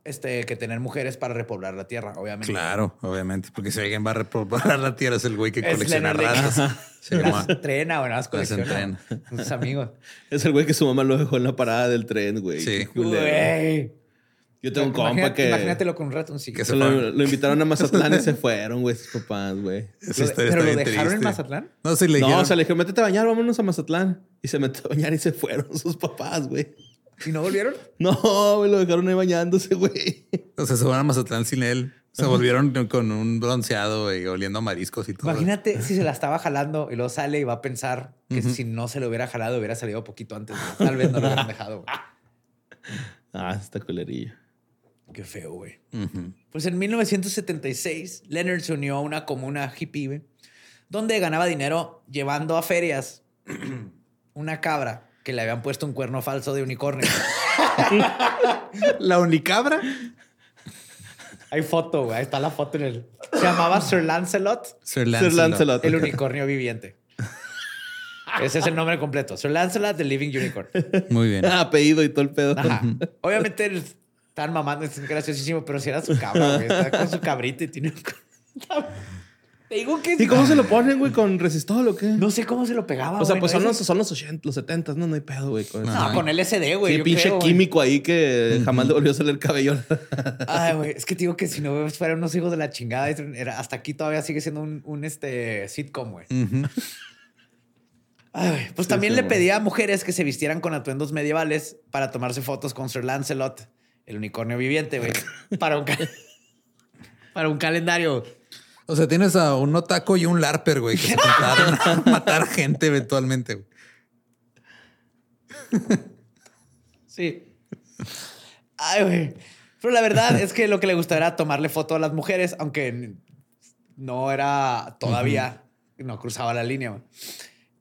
Speaker 2: este, que tener mujeres para repoblar la tierra, obviamente.
Speaker 1: Claro, obviamente. Porque si alguien va a repoblar la tierra es el güey que
Speaker 2: Es
Speaker 1: colecciona
Speaker 2: Leonard Nimoy.
Speaker 1: ratas. Sí,
Speaker 2: Las
Speaker 1: ma.
Speaker 2: entrena, bueno, las colecciona.
Speaker 1: entrena.
Speaker 2: Sus amigos.
Speaker 3: Es el güey que su mamá lo dejó en la parada del tren, güey.
Speaker 1: Sí.
Speaker 3: Qué culero.
Speaker 2: Güey.
Speaker 3: Yo tengo un compa
Speaker 2: Imagínate-
Speaker 3: que.
Speaker 2: Imagínatelo con un ratoncito.
Speaker 1: Que se
Speaker 3: Lo,
Speaker 1: fue.
Speaker 3: lo invitaron a Mazatlán y se fueron, güey, sus papás, güey.
Speaker 1: Esa
Speaker 2: Lo-
Speaker 1: historia
Speaker 2: ¿pero
Speaker 1: está
Speaker 2: lo
Speaker 1: bien
Speaker 2: dejaron en
Speaker 1: triste.
Speaker 2: Mazatlán?
Speaker 1: No, sí, le
Speaker 3: no,
Speaker 1: dijeron.
Speaker 3: o sea, le dijeron, métete a bañar, vámonos a Mazatlán. Y se metió a bañar y se fueron sus papás, güey.
Speaker 2: ¿Y no volvieron?
Speaker 3: No, güey, lo dejaron ahí bañándose, güey.
Speaker 1: O sea, se van a Mazatlán sin él. Se volvieron con un bronceado y oliendo a mariscos y todo.
Speaker 2: Imagínate si se la estaba jalando y luego sale y va a pensar que si no se lo hubiera jalado hubiera salido poquito antes. güey. Tal vez no lo hubieran dejado. güey.
Speaker 3: Ah, está culerillo.
Speaker 2: Qué feo, güey.
Speaker 1: Ujú.
Speaker 2: Pues en 1976, Leonard se unió a una comuna hippie, güey, donde ganaba dinero llevando a ferias una cabra que le habían puesto un cuerno falso de unicornio.
Speaker 1: La unicabra
Speaker 2: Hay foto, güey. Ahí está la foto en el... Se llamaba Sir Lancelot.
Speaker 1: Sir
Speaker 3: Lancelot.
Speaker 1: Lancelot.
Speaker 2: El
Speaker 1: Ok.
Speaker 2: unicornio viviente. Ese es el nombre completo. Sir Lancelot, The Living Unicorn.
Speaker 1: Muy bien.
Speaker 3: Apellido y todo el pedo.
Speaker 2: Ajá. Obviamente el- están mamando, es graciosísimo, pero si era su cabra, güey. Está con su cabrita y tiene un... Te digo que...
Speaker 3: ¿Y cómo se lo ponen, güey? ¿Con resistol o qué?
Speaker 2: No sé cómo se lo pegaba,
Speaker 3: o sea,
Speaker 2: güey,
Speaker 3: pues
Speaker 2: ¿no?
Speaker 3: son los,
Speaker 2: Ese-
Speaker 3: son los 80, los 70, no, no hay pedo, güey. Con
Speaker 2: No,
Speaker 1: Ajá.
Speaker 2: con LSD, güey.
Speaker 3: Sí,
Speaker 2: yo
Speaker 3: pinche
Speaker 2: creo, güey.
Speaker 3: químico ahí que jamás le volvió a salir el cabello.
Speaker 2: Ay, güey. Es que te digo que si no fueran unos hijos de la chingada, era- hasta aquí todavía sigue siendo un, un, este, sitcom, güey.
Speaker 1: Ujú.
Speaker 2: Ay, güey, pues también
Speaker 3: sí,
Speaker 2: le
Speaker 3: güey.
Speaker 2: pedía a mujeres que se vistieran con atuendos medievales para tomarse fotos con Sir Lancelot, el unicornio viviente, güey. Para un, ca- para un calendario.
Speaker 1: O sea, tienes a un otaco y un larper, güey, que se juntaron a matar gente eventualmente. güey.
Speaker 2: Sí. Ay, güey. Pero la verdad es que lo que le gustaba era tomarle foto a las mujeres, aunque n- no era todavía, no cruzaba la línea. güey.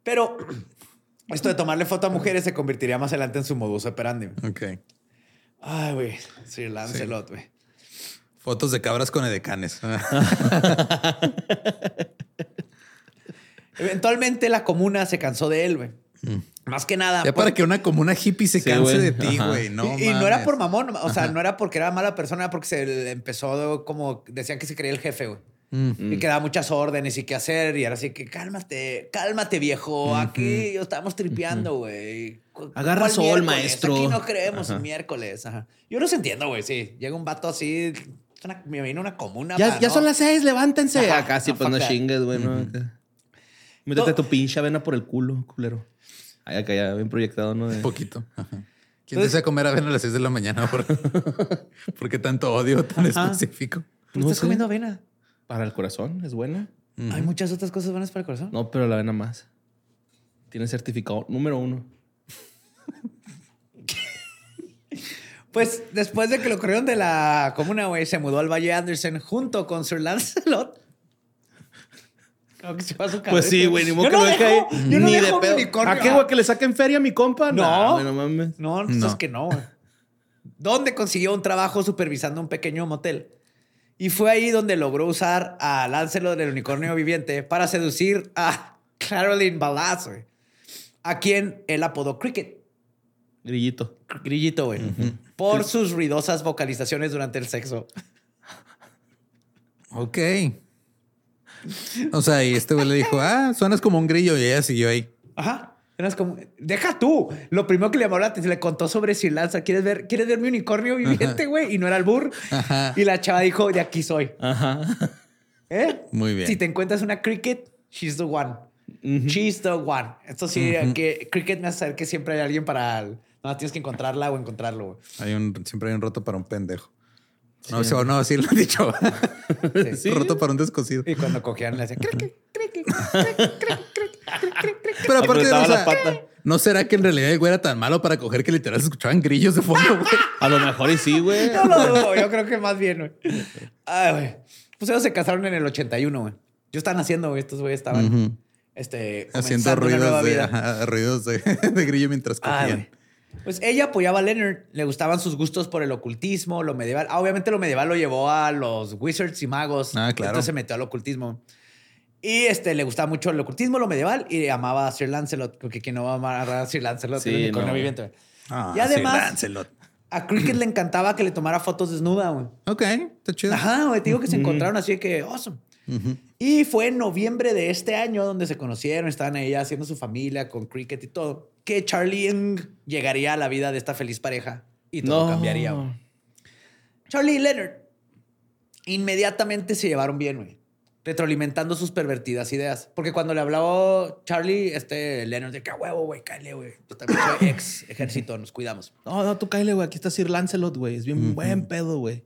Speaker 2: Pero esto de tomarle foto a mujeres se convertiría más adelante en su modus operandi. güey.
Speaker 1: Ok.
Speaker 2: Ay, güey. Sir Lancelot, güey.
Speaker 1: Fotos de cabras con edecanes.
Speaker 2: Eventualmente la comuna se cansó de él, güey. Más que nada.
Speaker 1: Mm. ya
Speaker 2: por-
Speaker 1: para que una comuna hippie se
Speaker 3: Sí,
Speaker 1: canse
Speaker 3: güey.
Speaker 1: de ti,
Speaker 3: Ajá.
Speaker 1: güey. No,
Speaker 2: y, y no era
Speaker 1: mames.
Speaker 2: por mamón, o sea, no era porque era mala persona, era porque se le empezó como decían que se creía el jefe, güey.
Speaker 3: Mm.
Speaker 2: Y que daba muchas órdenes y qué hacer. Y ahora sí que cálmate, cálmate, viejo. Aquí yo estábamos tripeando, güey. Cu-
Speaker 3: Agarra
Speaker 2: ¿cuál
Speaker 3: sol,
Speaker 2: miércoles?
Speaker 3: maestro.
Speaker 2: Aquí no creemos en miércoles. Ajá. Yo los entiendo, güey. Sí, llega un vato así, es una- me viene una comuna.
Speaker 3: ya
Speaker 2: para,
Speaker 3: ya
Speaker 2: ¿no?
Speaker 3: son las seis, levántense.
Speaker 2: Ajá,
Speaker 3: Acá sí,
Speaker 2: no,
Speaker 3: pues
Speaker 2: fuck
Speaker 3: no
Speaker 2: that.
Speaker 3: chingues, güey. no, acá. Métete
Speaker 2: To-
Speaker 3: tu pinche avena por el culo, culero. Ay, acá ya bien proyectado, ¿no? De-
Speaker 1: Un poquito. Ajá. ¿Quién desea comer avena a las 6 de la mañana? ¿Por, por qué tanto odio tan específico?
Speaker 2: ¿Por qué
Speaker 3: No
Speaker 2: estás
Speaker 3: sé.
Speaker 2: comiendo avena?
Speaker 3: Para el corazón, es buena.
Speaker 2: Hay muchas otras cosas buenas para el corazón.
Speaker 3: No, pero la avena más. Tiene certificado número uno.
Speaker 2: Pues después de que lo corrieron de la comuna, güey, se mudó al Valle Anderson junto con Sir Lancelot. Creo que se va a su
Speaker 3: Pues
Speaker 2: cabeza.
Speaker 3: sí, güey, ni modo
Speaker 2: Yo
Speaker 3: que
Speaker 2: no
Speaker 3: lo deje ahí.
Speaker 2: dejo- Yo no
Speaker 3: ni
Speaker 2: dejo
Speaker 3: de
Speaker 2: mi
Speaker 3: pedo.
Speaker 2: unicornio.
Speaker 3: ¿A qué, güey, que le saquen feria a mi compa?
Speaker 2: No.
Speaker 3: Nah, güey, no Ah, mames.
Speaker 2: No, pues,
Speaker 1: No.
Speaker 2: es que no. güey. Donde consiguió un trabajo supervisando un pequeño motel. Y fue ahí donde logró usar a Lancelot del unicornio viviente para seducir a Caroline Ballas, güey, a quien él apodó Cricket.
Speaker 3: Grillito.
Speaker 2: Grillito, güey. Por sus ruidosas vocalizaciones durante el sexo.
Speaker 1: Ok. O sea, y este güey le dijo, ah, suenas como un grillo y ella siguió ahí.
Speaker 2: Ajá. Unas como, deja tú. Lo primero que le llamó la atención, le contó sobre Sri Lanka. ¿Quieres ver, ¿Quieres ver mi unicornio viviente, güey? Y no era el burro.
Speaker 1: Ajá.
Speaker 2: Y la chava dijo, de aquí soy.
Speaker 3: Ajá.
Speaker 2: ¿Eh?
Speaker 1: Muy bien.
Speaker 2: Si te encuentras una cricket, she's the one. She's the one. Esto sí, eh, que cricket me hace saber que siempre hay alguien para... el- No, tienes que encontrarla o encontrarlo.
Speaker 1: Hay un, siempre hay un roto para un pendejo. No, o no, así lo han dicho.
Speaker 2: güey. Sí.
Speaker 1: Roto para un descosido.
Speaker 2: Y cuando cogían le hacían cricket.
Speaker 1: Pero aparte,
Speaker 3: Apretaba
Speaker 1: o sea,
Speaker 3: la pata.
Speaker 1: ¿no será que en realidad el güey era tan malo para coger que literal se escuchaban grillos de fondo, güey?
Speaker 3: A lo mejor y sí, güey.
Speaker 2: No lo dudo, yo creo que más bien, güey. Ay, güey. Pues ellos se casaron en el 81, güey. Yo estaban haciendo, güey, estos güeyes estaban
Speaker 1: Ujú.
Speaker 2: este,
Speaker 1: Haciendo
Speaker 2: comenzando una nueva
Speaker 1: ruidos de,
Speaker 2: vida.
Speaker 1: ajá, ruidos de, de grillo mientras
Speaker 2: Ah,
Speaker 1: cogían.
Speaker 2: güey. pues ella apoyaba a Leonard, le gustaban sus gustos por el ocultismo, lo medieval. Ah, obviamente lo medieval lo llevó a los wizards y magos.
Speaker 1: Ah, claro.
Speaker 2: Entonces se metió al ocultismo. Y este, le gustaba mucho el ocultismo, lo medieval, y amaba a Sir Lancelot, porque quien no va a amar a Sir Lancelot,
Speaker 3: Sí,
Speaker 2: el unicornio
Speaker 3: no.
Speaker 2: viviente. güey.
Speaker 1: Ah,
Speaker 2: Y además-
Speaker 1: sí, Lancelot.
Speaker 2: A Cricket le encantaba que le tomara fotos desnuda, güey.
Speaker 1: Ok, está chido.
Speaker 2: Ajá, güey, te digo que se encontraron así de que awesome. Y fue en noviembre de este año donde se conocieron, estaban ahí haciendo su familia con cricket y todo, que Charlie Ng llegaría a la vida de esta feliz pareja y todo cambiaría. güey. Charlie y Leonard inmediatamente se llevaron bien, güey, retroalimentando sus pervertidas ideas. Porque cuando le hablaba Charlie, este Leonard, de que "A huevo, güey, cállate, güey. Yo también soy ex ejército, nos cuidamos.
Speaker 3: No, no, tú cállate, güey. Aquí está Sir Lancelot, güey. Es bien buen pedo, güey.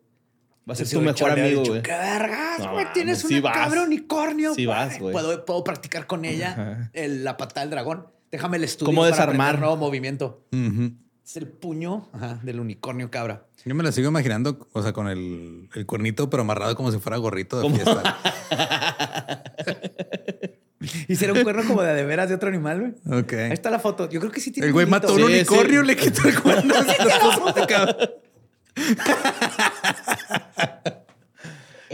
Speaker 3: Va a ser
Speaker 2: Entonces,
Speaker 3: tu mejor
Speaker 2: Charlie ha
Speaker 3: amigo,
Speaker 2: dicho,
Speaker 3: güey.
Speaker 2: ¡Qué vergas,
Speaker 3: No
Speaker 2: güey!
Speaker 3: mames,
Speaker 2: Tienes
Speaker 3: sí
Speaker 2: una
Speaker 3: vas.
Speaker 2: cabra unicornio.
Speaker 3: Sí vas, güey.
Speaker 2: Puedo, puedo practicar con ella
Speaker 3: Ajá.
Speaker 2: el- la patada del dragón. Déjame el estudio
Speaker 3: ¿Cómo
Speaker 2: para aprender
Speaker 3: desarmar?
Speaker 2: un nuevo movimiento.
Speaker 1: Ujú.
Speaker 2: Es el puño ajá, del unicornio cabra.
Speaker 1: Yo me la sigo imaginando, o sea, con el, el cuernito, pero amarrado como si fuera gorrito de fiesta.
Speaker 2: Hicieron un cuerno como de a de veras de otro animal, güey.
Speaker 1: Ok.
Speaker 2: Ahí está la foto. Yo creo que sí tiene
Speaker 1: El güey mató a un
Speaker 3: Sí, sí.
Speaker 1: unicornio, le quitó el cuerno. este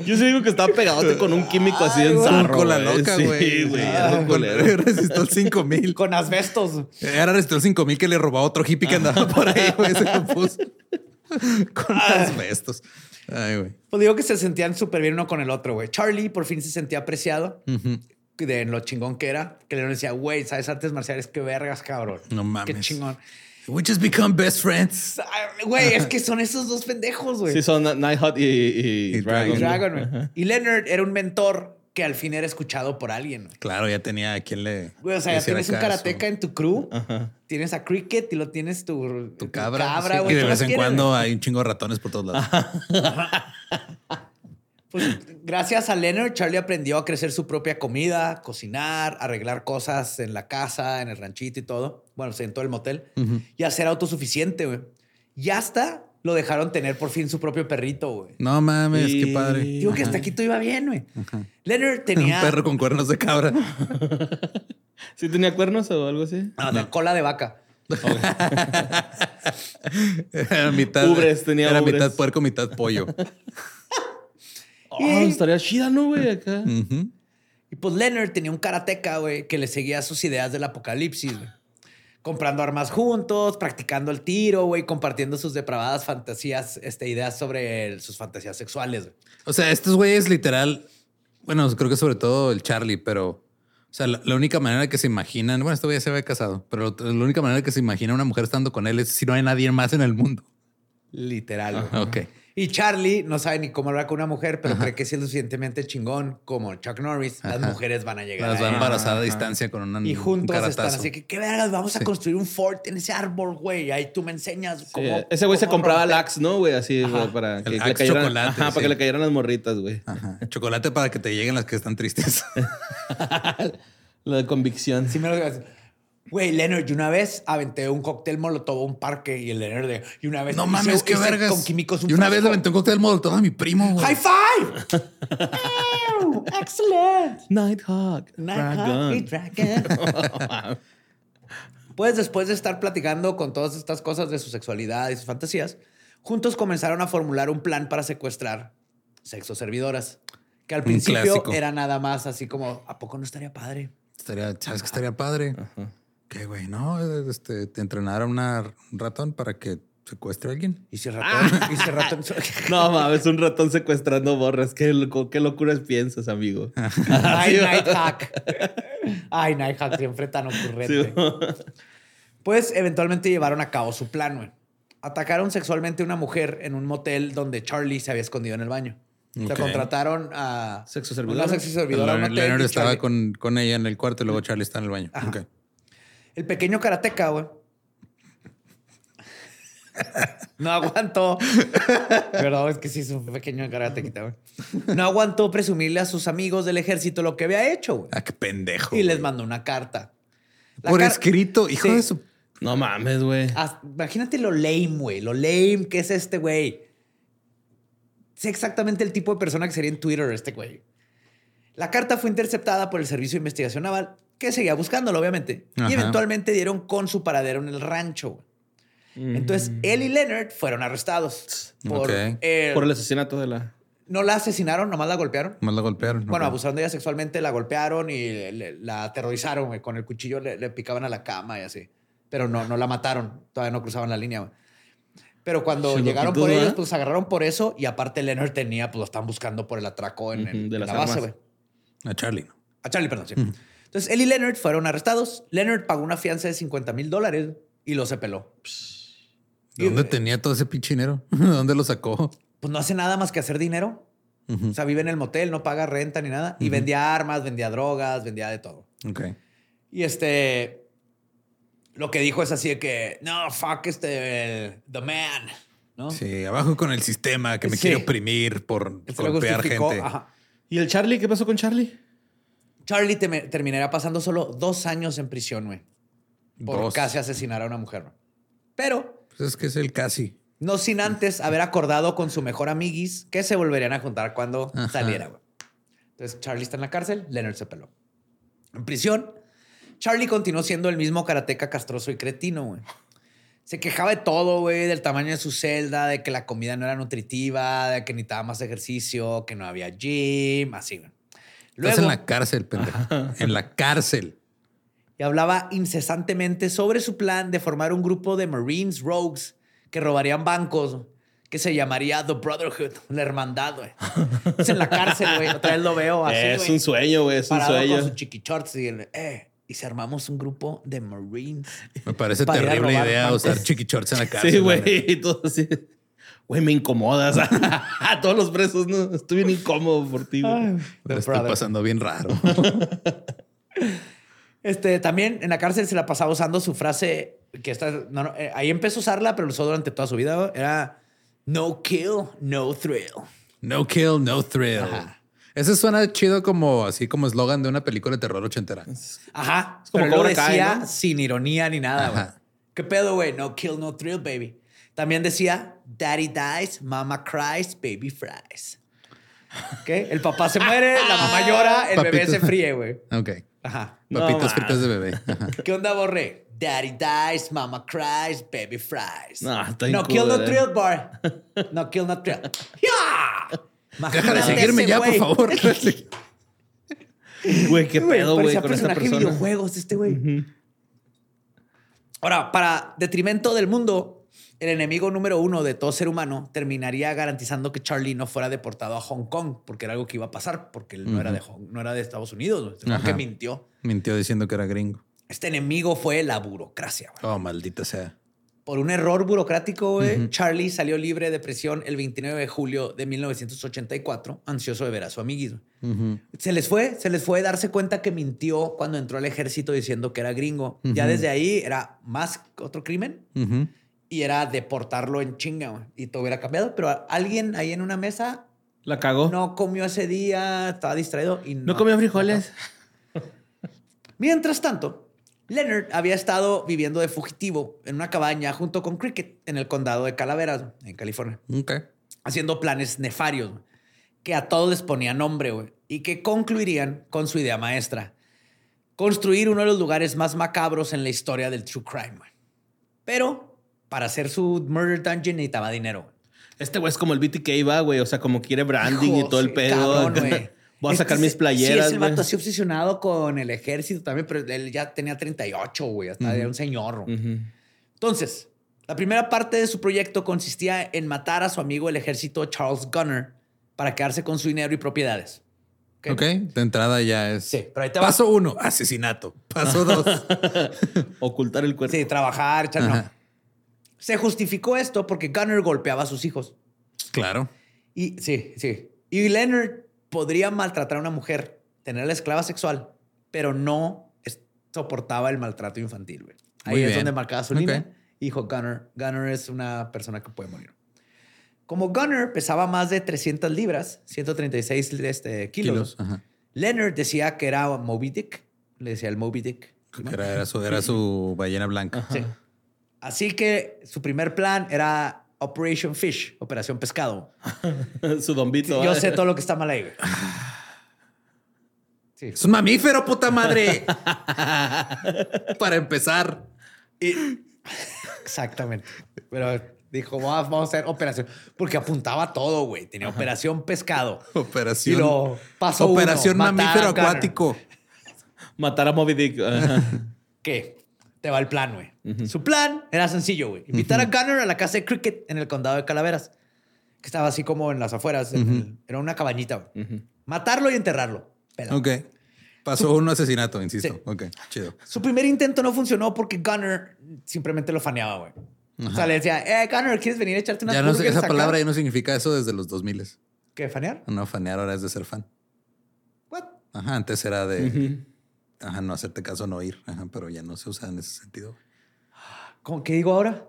Speaker 3: Yo sí digo que estaba pegadote con un químico así en
Speaker 1: Zarro,
Speaker 3: zarro.
Speaker 1: con la
Speaker 3: güey.
Speaker 1: loca, güey.
Speaker 3: Sí, güey.
Speaker 1: Ah,
Speaker 3: era un
Speaker 1: con-
Speaker 3: culero.
Speaker 1: Resistió el 5000.
Speaker 2: Con asbestos.
Speaker 1: Era resistió el 5000 que le robó a otro hippie que andaba por ahí, güey. Se lo puso. Con
Speaker 3: Ah.
Speaker 1: las bestos. Ay, güey.
Speaker 2: Pues digo que se sentían súper bien uno con el otro, güey. Charlie por fin se sentía apreciado de lo chingón que era. Que le decía, güey, ¿sabes artes marciales? ¡Qué vergas, cabrón!
Speaker 1: No mames.
Speaker 2: ¡Qué chingón!
Speaker 1: We just become best friends.
Speaker 2: Ay, Güey, es que son esos dos pendejos, güey.
Speaker 3: Sí, son Nighthawk y, y,
Speaker 1: Y
Speaker 3: Dragon.
Speaker 1: Dragon.
Speaker 2: Dragon, güey. Y Leonard era un mentor que al fin era escuchado por alguien. güey.
Speaker 1: Claro, ya tenía a quien le.
Speaker 2: Güey, o sea,
Speaker 1: le
Speaker 2: ya
Speaker 1: hiciera
Speaker 2: tienes un
Speaker 1: caso.
Speaker 2: karateca en tu crew,
Speaker 3: Ajá.
Speaker 2: tienes a Cricket y lo tienes tu,
Speaker 1: Tu cabra. sí.
Speaker 2: güey. ¿Qué
Speaker 1: Y de vez
Speaker 2: más
Speaker 1: en
Speaker 2: quieres,
Speaker 1: cuando
Speaker 2: güey?
Speaker 1: hay un chingo de ratones por todos lados.
Speaker 2: Pues, gracias a Leonard, Charlie aprendió a crecer su propia comida, cocinar, arreglar cosas en la casa, en el ranchito y todo. Bueno, o sea, en todo el motel. Y a ser autosuficiente, güey. Y hasta lo dejaron tener por fin su propio perrito, güey.
Speaker 1: No mames,
Speaker 3: Y-
Speaker 1: qué padre.
Speaker 2: Digo que hasta aquí todo iba bien, güey. Leonard
Speaker 1: Un
Speaker 2: tenía...
Speaker 1: perro con cuernos de cabra.
Speaker 3: ¿Sí tenía cuernos o algo así?
Speaker 2: Ah, de cola de vaca.
Speaker 1: Era mitad.
Speaker 3: Ubres, tenía
Speaker 1: Era
Speaker 3: ubres.
Speaker 1: mitad puerco, mitad pollo.
Speaker 3: Oh, estaría chida, ¿no, güey? Acá.
Speaker 1: Ujú.
Speaker 2: Y pues Leonard tenía un karateca, güey, que le seguía sus ideas del apocalipsis, güey. Comprando armas juntos, practicando el tiro, güey, compartiendo sus depravadas fantasías, este, ideas sobre el- sus fantasías sexuales, güey.
Speaker 1: O sea, estos güeyes literal, bueno, creo que sobre todo el Charlie, pero, o sea, la, la única manera que se imaginan, bueno, este güey ya se había casado, pero la única manera que se imagina una mujer estando con él es si no hay nadie más en el mundo.
Speaker 2: Literal, güey.
Speaker 1: Ok.
Speaker 2: Y Charlie no sabe ni cómo hablar con una mujer, pero cree que si es lo suficientemente chingón como Chuck Norris,
Speaker 1: Ajá.
Speaker 2: las mujeres van a llegar.
Speaker 1: Las
Speaker 2: a
Speaker 1: va a
Speaker 2: él.
Speaker 1: embarazar a distancia con una,
Speaker 2: Y juntos
Speaker 1: Mm, un
Speaker 2: están
Speaker 1: caratazo.
Speaker 2: así que, ¿qué vergas? Vamos a
Speaker 1: Sí.
Speaker 2: construir un fort en ese árbol, güey. Ahí tú me enseñas
Speaker 3: Sí,
Speaker 2: cómo.
Speaker 3: ese güey se
Speaker 2: cómo
Speaker 3: compraba el
Speaker 2: romper".
Speaker 3: Axe, ¿no, güey? Así,
Speaker 2: Ajá.
Speaker 3: güey, para que
Speaker 1: El
Speaker 3: le
Speaker 1: Axe
Speaker 3: cayeran.
Speaker 1: chocolate,
Speaker 3: ajá, para
Speaker 1: sí.
Speaker 3: que le cayeran las morritas, güey.
Speaker 1: Ajá. Chocolate para que te lleguen las que están tristes.
Speaker 3: La de convicción.
Speaker 2: Sí me lo digas. Güey, Leonard, yo una vez aventé un cóctel molotov a un parque y el Leonard de... Y una vez
Speaker 1: no
Speaker 2: hice-
Speaker 1: mames, qué
Speaker 2: hice
Speaker 1: vergas.
Speaker 2: Con químicos un
Speaker 1: y una vez le
Speaker 2: frasco.
Speaker 1: aventé un cóctel molotov a mi primo, güey.
Speaker 2: ¡High five! ¡Ew! ¡Excellent!
Speaker 3: Nighthawk.
Speaker 2: Dragon.
Speaker 3: Dragon.
Speaker 2: pues después de estar platicando con todas estas cosas de su sexualidad y sus fantasías, juntos comenzaron a formular un plan para secuestrar sexo servidoras. Que al
Speaker 1: Un
Speaker 2: principio
Speaker 1: clásico.
Speaker 2: era nada más así como, ¿a poco no estaría padre?
Speaker 1: Estaría, ¿Sabes que estaría padre? Que, güey, no, este, te entrenara una- un ratón para que secuestre a alguien.
Speaker 2: Y si el ratón,
Speaker 1: Ah.
Speaker 2: y si el ratón...
Speaker 3: No mames, un ratón
Speaker 1: Ah.
Speaker 3: secuestrando borras. Qué, loco- qué locuras piensas, amigo.
Speaker 2: Night, night hack. Ay, Nighthawk, siempre tan ocurrente.
Speaker 3: Sí, bo.
Speaker 2: Pues eventualmente llevaron a cabo su plan, güey. Atacaron sexualmente a una mujer en un motel donde Charlie se había escondido en el baño. O sea,
Speaker 1: Ok.
Speaker 2: contrataron a.
Speaker 3: Sexoservidora.
Speaker 2: Una sexoservidora. a un
Speaker 1: Leonard,
Speaker 2: hotel
Speaker 1: Leonard
Speaker 2: y
Speaker 1: estaba
Speaker 2: Charlie-
Speaker 1: con, con ella en el cuarto y luego Charlie está en el baño.
Speaker 2: Ajá.
Speaker 1: Ok.
Speaker 2: El pequeño karateca, güey. No aguantó. Perdón, es que sí es un pequeño karatequita, güey. No aguantó presumirle a sus amigos del ejército lo que había hecho, güey.
Speaker 1: Ah, qué pendejo.
Speaker 2: Y les
Speaker 1: güey.
Speaker 2: mandó una carta. La
Speaker 1: Por
Speaker 2: car-
Speaker 1: escrito, hijo
Speaker 2: Sí.
Speaker 1: de su.
Speaker 3: No mames, güey.
Speaker 2: As- Imagínate lo lame, güey. Lo lame que es este güey. Sé exactamente el tipo de persona que sería en Twitter este güey. La carta fue interceptada por el Servicio de Investigación Naval, que seguía buscándolo, obviamente.
Speaker 1: Ajá.
Speaker 2: Y eventualmente dieron con su paradero en el rancho. güey. Entonces, él y Leonard fueron arrestados. Por,
Speaker 1: Ok.
Speaker 2: eh,
Speaker 3: Mm. Por el asesinato de la.
Speaker 2: No la asesinaron, nomás la golpearon.
Speaker 1: Más la golpearon.
Speaker 2: Bueno,
Speaker 1: ok.
Speaker 2: abusaron de ella sexualmente, la golpearon y le- le- la aterrorizaron, güey. Con el cuchillo le, le picaban a la cama y así. Pero no, no la mataron. Todavía no cruzaban la línea, güey. Pero cuando
Speaker 3: Sí,
Speaker 2: llegaron
Speaker 3: loquitud, ¿eh?
Speaker 2: por ellos,
Speaker 3: ¿verdad?
Speaker 2: pues agarraron por eso. Y aparte Leonard tenía, pues lo estaban buscando por el atraco en, el-
Speaker 3: Ujú, de
Speaker 2: en
Speaker 3: las
Speaker 2: la base,
Speaker 3: armas.
Speaker 2: güey.
Speaker 1: A Charlie. ¿no?
Speaker 2: A Charlie, perdón, sí. Entonces, él y Leonard fueron arrestados. Leonard pagó una fianza de 50 mil dólares y lo se peló.
Speaker 1: ¿De ¿Dónde
Speaker 2: Y-
Speaker 1: tenía todo ese pinche dinero? ¿De ¿Dónde lo sacó?
Speaker 2: Pues no hace nada más que hacer dinero.
Speaker 1: Ujú.
Speaker 2: O sea, vive en el motel, no paga renta ni nada. Y
Speaker 1: Ujú.
Speaker 2: vendía armas, vendía drogas, vendía de todo.
Speaker 1: Ok.
Speaker 2: Y este. Lo que dijo es así de que. No, fuck, este. el- the man. ¿No?
Speaker 1: Sí, abajo con el sistema que me
Speaker 2: Sí.
Speaker 1: quiere oprimir por
Speaker 2: Que se Este lo
Speaker 1: golpear
Speaker 2: justificó,
Speaker 1: gente.
Speaker 2: ajá.
Speaker 3: ¿Y el Charlie? ¿Qué pasó con Charlie?
Speaker 2: Charlie teme- terminará pasando solo dos años en prisión, güey. Por
Speaker 1: Dos.
Speaker 2: casi asesinar a una mujer, güey. Pero
Speaker 1: Pues es que es el casi.
Speaker 2: no sin antes haber acordado con su mejor amiguis que se volverían a juntar cuando
Speaker 1: Ajá.
Speaker 2: saliera, güey. Entonces, Charlie está en la cárcel, Leonard se peló. En prisión, Charlie continuó siendo el mismo karateca castroso y cretino, güey. Se quejaba de todo, güey, del tamaño de su celda, de que la comida no era nutritiva, de que necesitaba más ejercicio, que no había gym, así, güey.
Speaker 1: Estás en
Speaker 2: Luego,
Speaker 1: la cárcel, pendejo. En la cárcel.
Speaker 2: y hablaba incesantemente sobre su plan de formar un grupo de Marines Rogues que robarían bancos, que se llamaría The Brotherhood, la hermandad, güey. Es en la cárcel, güey. Otra vez lo veo así,
Speaker 3: es
Speaker 2: güey.
Speaker 3: un sueño, güey. Es un
Speaker 2: parado
Speaker 3: sueño.
Speaker 2: con sus chiquichorts y el, eh, y se armamos un grupo de Marines.
Speaker 1: Me parece
Speaker 2: Para ir a
Speaker 1: terrible
Speaker 2: robar
Speaker 1: idea
Speaker 2: bancos.
Speaker 1: usar chiqui shorts en la cárcel.
Speaker 3: Sí,
Speaker 1: la neta.
Speaker 3: güey. Y todo así. Güey, me incomodas. A todos los presos, ¿no? Estoy bien incómodo por ti, güey.
Speaker 1: La estoy pasando bien raro.
Speaker 2: Este, también en la cárcel se la pasaba usando su frase que está, no, no, eh, ahí empezó a usarla, pero lo usó durante toda su vida. güey. Era no kill, no thrill.
Speaker 1: No kill, no thrill. Ese suena chido como así como eslogan de una película de terror ochentera.
Speaker 2: Ajá. pero
Speaker 3: como
Speaker 2: él lo
Speaker 3: Cobra Kai,
Speaker 2: decía
Speaker 3: ¿no?
Speaker 2: sin ironía ni nada, güey.
Speaker 1: Ajá.
Speaker 2: ¿Qué pedo, güey? No kill, no thrill, baby. También decía, daddy dies, mama cries, baby fries. ¿Ok? El papá se muere, la mamá llora, el bebé
Speaker 1: Papito.
Speaker 2: se fríe, güey.
Speaker 1: Ok.
Speaker 2: Ajá.
Speaker 3: No,
Speaker 1: Papitas
Speaker 3: mames.
Speaker 1: fritas de bebé. Ajá.
Speaker 2: ¿Qué onda, Borre? Daddy dies, mama cries, baby fries.
Speaker 3: No,
Speaker 2: No
Speaker 3: está bien ¿eh?
Speaker 2: kill, no
Speaker 3: culero.
Speaker 2: thrill, boy. No kill, no thrill. ¡Ya!
Speaker 1: Deja de
Speaker 2: Imagínate
Speaker 1: seguirme
Speaker 2: ese
Speaker 1: ya, por
Speaker 2: güey.
Speaker 1: favor.
Speaker 3: Güey, qué pedo, güey,
Speaker 2: parecía
Speaker 3: con esa
Speaker 2: personaje de
Speaker 3: persona.
Speaker 2: videojuegos este güey. Ahora, para detrimento del mundo, el enemigo número uno de todo ser humano terminaría garantizando que Charlie no fuera deportado a Hong Kong, porque era algo que iba a pasar, porque él no, era, de Hong- no era de Estados Unidos, güey. Entonces,
Speaker 1: Ajá.
Speaker 2: que mintió.
Speaker 1: Mintió diciendo que era gringo.
Speaker 2: Este enemigo fue la burocracia. güey.
Speaker 1: Oh, maldita sea.
Speaker 2: Por un error burocrático, güey, Charlie salió libre de prisión el 29 de julio de 1984, ansioso de ver a su amiguismo.
Speaker 1: Ujú.
Speaker 2: Se les fue, se les fue darse cuenta que mintió cuando entró al ejército diciendo que era gringo. Ya desde ahí era más otro crimen
Speaker 1: Ujú.
Speaker 2: y era deportarlo en chinga güey. y todo hubiera cambiado. Pero a- alguien ahí en una mesa
Speaker 3: La cagó. No,
Speaker 2: no comió ese día, estaba distraído y no,
Speaker 3: comió frijoles.
Speaker 2: Mientras tanto, Leonard había estado viviendo de fugitivo en una cabaña junto con Cricket en el condado de Calaveras, en California.
Speaker 1: Ok.
Speaker 2: haciendo planes nefarios güey, que a todos les ponía nombre güey, y que concluirían con su idea maestra: construir uno de los lugares más macabros en la historia del true crime. güey. Pero para hacer su murder dungeon necesitaba dinero. güey.
Speaker 3: Este güey es como el BTK, va, güey. O sea, como quiere branding
Speaker 2: Hijo,
Speaker 3: y todo el
Speaker 2: sí,
Speaker 3: pedo.
Speaker 2: cabrón, güey.
Speaker 3: Voy a
Speaker 2: Este
Speaker 3: sacar
Speaker 2: se-
Speaker 3: mis playeras.
Speaker 2: Sí, es el
Speaker 3: güey.
Speaker 2: vato así obsesionado con el ejército también, pero él ya tenía 38, güey. Hasta era un señor. güey.
Speaker 3: Ujú.
Speaker 2: Entonces, la primera parte de su proyecto consistía en matar a su amigo el ejército Charles Gunner para quedarse con su dinero y propiedades. ¿Qué?
Speaker 1: Ok, de entrada ya es.
Speaker 2: Sí, pero ahí te va.
Speaker 1: Paso uno, asesinato. Paso dos.
Speaker 3: Ocultar el cuerpo.
Speaker 2: Sí, trabajar, echar- no.
Speaker 1: Ajá.
Speaker 2: Se justificó esto porque Gunner golpeaba a sus hijos.
Speaker 1: claro.
Speaker 2: Y sí, sí. Y Leonard podría maltratar a una mujer, tener la esclava sexual, pero no es- soportaba el maltrato infantil. güey. Ahí
Speaker 1: Muy
Speaker 2: es
Speaker 1: bien.
Speaker 2: donde marcaba su
Speaker 1: Ok.
Speaker 2: línea. Y Dijo Gunner, Gunner es una persona que puede morir. Como Gunner pesaba más de 300 libras, 136 este, kilos,
Speaker 1: Kilos. Ajá.
Speaker 2: Leonard decía que era Moby Dick. Le decía el Moby Dick. ¿no?
Speaker 1: Era, era su, era su ballena blanca.
Speaker 2: Sí. Así que su primer plan era Operation Fish, Operación Pescado.
Speaker 3: Su dombito.
Speaker 2: Yo
Speaker 3: ¿eh?
Speaker 2: sé todo lo que está mal ahí. güey. Sí.
Speaker 1: Es un mamífero, puta madre. Para empezar.
Speaker 2: Exactamente. Pero dijo, "Va- vamos a hacer operación. Porque apuntaba todo, güey. Tenía operación pescado.
Speaker 1: Operación.
Speaker 2: Y lo pasó uno,
Speaker 1: operación
Speaker 2: matar
Speaker 1: mamífero
Speaker 2: a Gunner.
Speaker 1: acuático.
Speaker 3: Matar a Moby Dick. Ajá.
Speaker 2: ¿Qué? Te va el plan, güey. Su plan era sencillo, güey. Invitar a Gunner a la casa de cricket en el condado de Calaveras. Que estaba así como en las afueras. en el- era una cabañita, güey. Matarlo y enterrarlo. Pelado.
Speaker 1: Ok. Paso uno, asesinato, insisto.
Speaker 2: Sí.
Speaker 1: Ok, chido.
Speaker 2: Su primer intento no funcionó porque Gunner simplemente lo faneaba, güey. O sea, le decía, eh, Gunner, ¿quieres venir a echarte una
Speaker 1: Ya no, sé- esa palabra ya no significa eso desde los 2000.
Speaker 2: ¿Qué, fanear?
Speaker 1: No, fanear ahora es de ser fan.
Speaker 2: What?
Speaker 1: Ajá, antes era de ajá, no hacerte caso, no ir. Ajá, pero ya no se usa en ese sentido.
Speaker 2: ¿Cómo, ¿Qué digo ahora?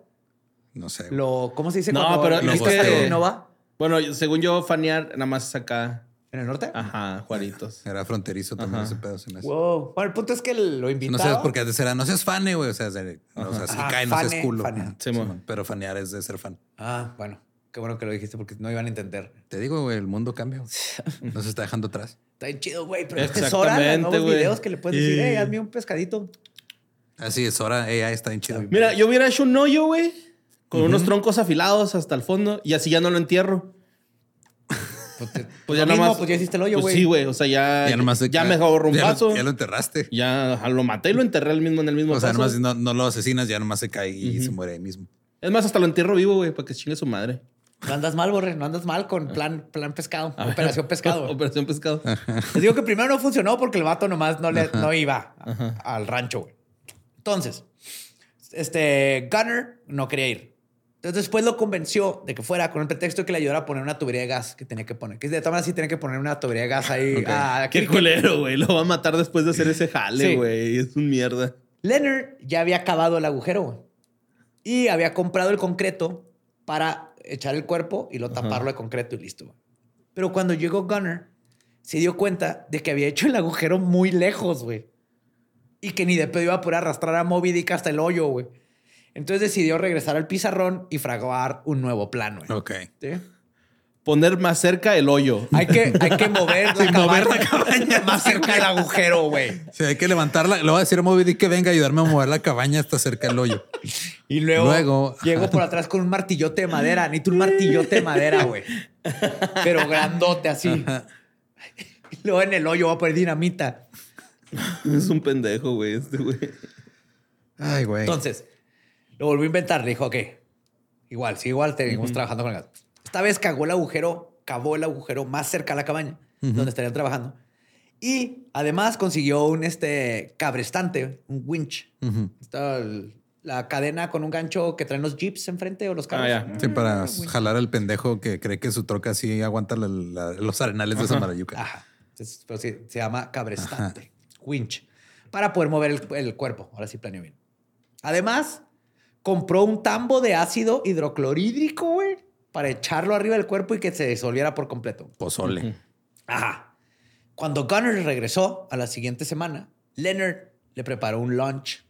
Speaker 1: No sé. güey.
Speaker 2: Lo, ¿Cómo se dice
Speaker 3: No,
Speaker 2: cuando
Speaker 3: pero
Speaker 1: lo
Speaker 2: invitas a
Speaker 1: boteo.
Speaker 2: alguien y no va?
Speaker 3: Bueno, yo- según yo, fanear nada más es acá.
Speaker 2: ¿En el norte?
Speaker 3: Ajá, Juaritos.
Speaker 1: Era fronterizo también
Speaker 3: Ajá.
Speaker 1: ese pedo. se me hace.
Speaker 2: Wow. Bueno, el punto es que lo
Speaker 1: No
Speaker 2: invitaba.
Speaker 1: sé, porque antes era no seas fan, güey. O sea, se- o sea, si
Speaker 2: Ajá,
Speaker 1: cae, no seas
Speaker 2: fane,
Speaker 1: culo.
Speaker 2: fane.
Speaker 1: Ajá,
Speaker 3: Simón.
Speaker 1: Simón. Pero fanear es de ser fan.
Speaker 2: Ah, bueno. Qué bueno que lo dijiste porque no iban a entender.
Speaker 1: Te digo, güey, el mundo cambia. güey. Nos está dejando atrás.
Speaker 2: Está bien chido, güey, pero esta es hora de
Speaker 3: Exactamente,
Speaker 2: nuevos
Speaker 3: güey.
Speaker 2: videos que le puedes decir,
Speaker 3: Y-
Speaker 2: eh, hazme un pescadito.
Speaker 1: Así es, ahora AI está bien chido.
Speaker 3: Mira, yo hubiera hecho un hoyo, güey, con unos troncos afilados hasta el fondo y así ya no lo entierro.
Speaker 2: Pues, te-
Speaker 3: Pues
Speaker 2: lo
Speaker 3: ya
Speaker 2: mismo,
Speaker 3: nomás.
Speaker 2: Pues ya hiciste el hoyo,
Speaker 3: Pues
Speaker 2: güey.
Speaker 3: sí, güey. O sea, ya. Ya,
Speaker 1: Ya nomás se cae.
Speaker 3: me ahorro un
Speaker 1: Ya lo-
Speaker 3: paso.
Speaker 1: Ya
Speaker 3: Ya,
Speaker 1: lo enterraste.
Speaker 3: ajá, lo maté y lo enterré al mismo en el mismo
Speaker 1: O sea,
Speaker 3: paso.
Speaker 1: nomás no, no lo asesinas, ya nomás se cae y se muere ahí mismo.
Speaker 3: Es más, hasta lo entierro vivo, güey, para que chingue su madre.
Speaker 2: No andas mal, Borre. No andas mal con plan, plan pescado. Operación pescado. güey.
Speaker 3: Operación pescado.
Speaker 2: Les digo que primero no funcionó porque el vato nomás no, le, no iba a- al rancho, güey. Entonces, este Gunner no quería ir. Entonces después lo convenció de que fuera con el pretexto de que le ayudara a poner una tubería de gas que tenía que poner. Que de todas maneras sí tenía que poner una tubería de gas ahí. Ah,
Speaker 3: Qué
Speaker 2: cricket.
Speaker 3: culero, güey. Lo va a matar después de hacer ese jale,
Speaker 2: Sí.
Speaker 3: güey. Es un mierda.
Speaker 2: Leonard ya había cavado el agujero güey. y había comprado el concreto para echar el cuerpo y lo taparlo de concreto y listo. güey. Pero cuando llegó Gunner, se dio cuenta de que había hecho el agujero muy lejos, güey. Y que ni de pedo iba a poder arrastrar a Moby Dick hasta el hoyo, güey. Entonces decidió regresar al pizarrón y fraguar un nuevo plan, güey.
Speaker 1: Ok.
Speaker 2: ¿Sí?
Speaker 3: Poner más cerca el hoyo.
Speaker 2: Hay que, hay que mover la
Speaker 1: mover la
Speaker 2: cabaña más cerca del agujero, güey.
Speaker 1: Sí, hay que levantarla. Le voy a decir a Moby Dick que venga a ayudarme a mover la cabaña hasta cerca del hoyo.
Speaker 2: Y luego,
Speaker 1: Luego-
Speaker 2: llego por atrás con un martillote de madera. Necesito un martillote de madera, güey. Pero grandote así. Y luego en el hoyo voy a poner dinamita.
Speaker 3: Es un pendejo, güey, este, güey.
Speaker 1: Ay, güey.
Speaker 2: Entonces, lo volví a inventar. Le dijo, ok, igual, sí, igual seguimos trabajando con el gato. Esta vez cagó el agujero, cavó el agujero más cerca a la cabaña, donde estarían trabajando. Y además consiguió un este, cabrestante, un winch.
Speaker 1: Ujú.
Speaker 2: Está el- la cadena con un gancho que traen los jeeps enfrente o los carros.
Speaker 3: Ah, ya.
Speaker 1: Sí, para jalar al pendejo que cree que su troca sí aguanta la- la- los arenales de Samarayuca.
Speaker 2: Ajá. Entonces, pero sí, se llama cabrestante, winch, para poder mover el, el cuerpo. Ahora sí planeó bien. Además, compró un tambo de ácido hidroclorhídrico, güey, para echarlo arriba del cuerpo y que se disolviera por completo.
Speaker 1: Pozole.
Speaker 2: Ajá. Cuando Gunner regresó a la siguiente semana, Leonard le preparó un lunch.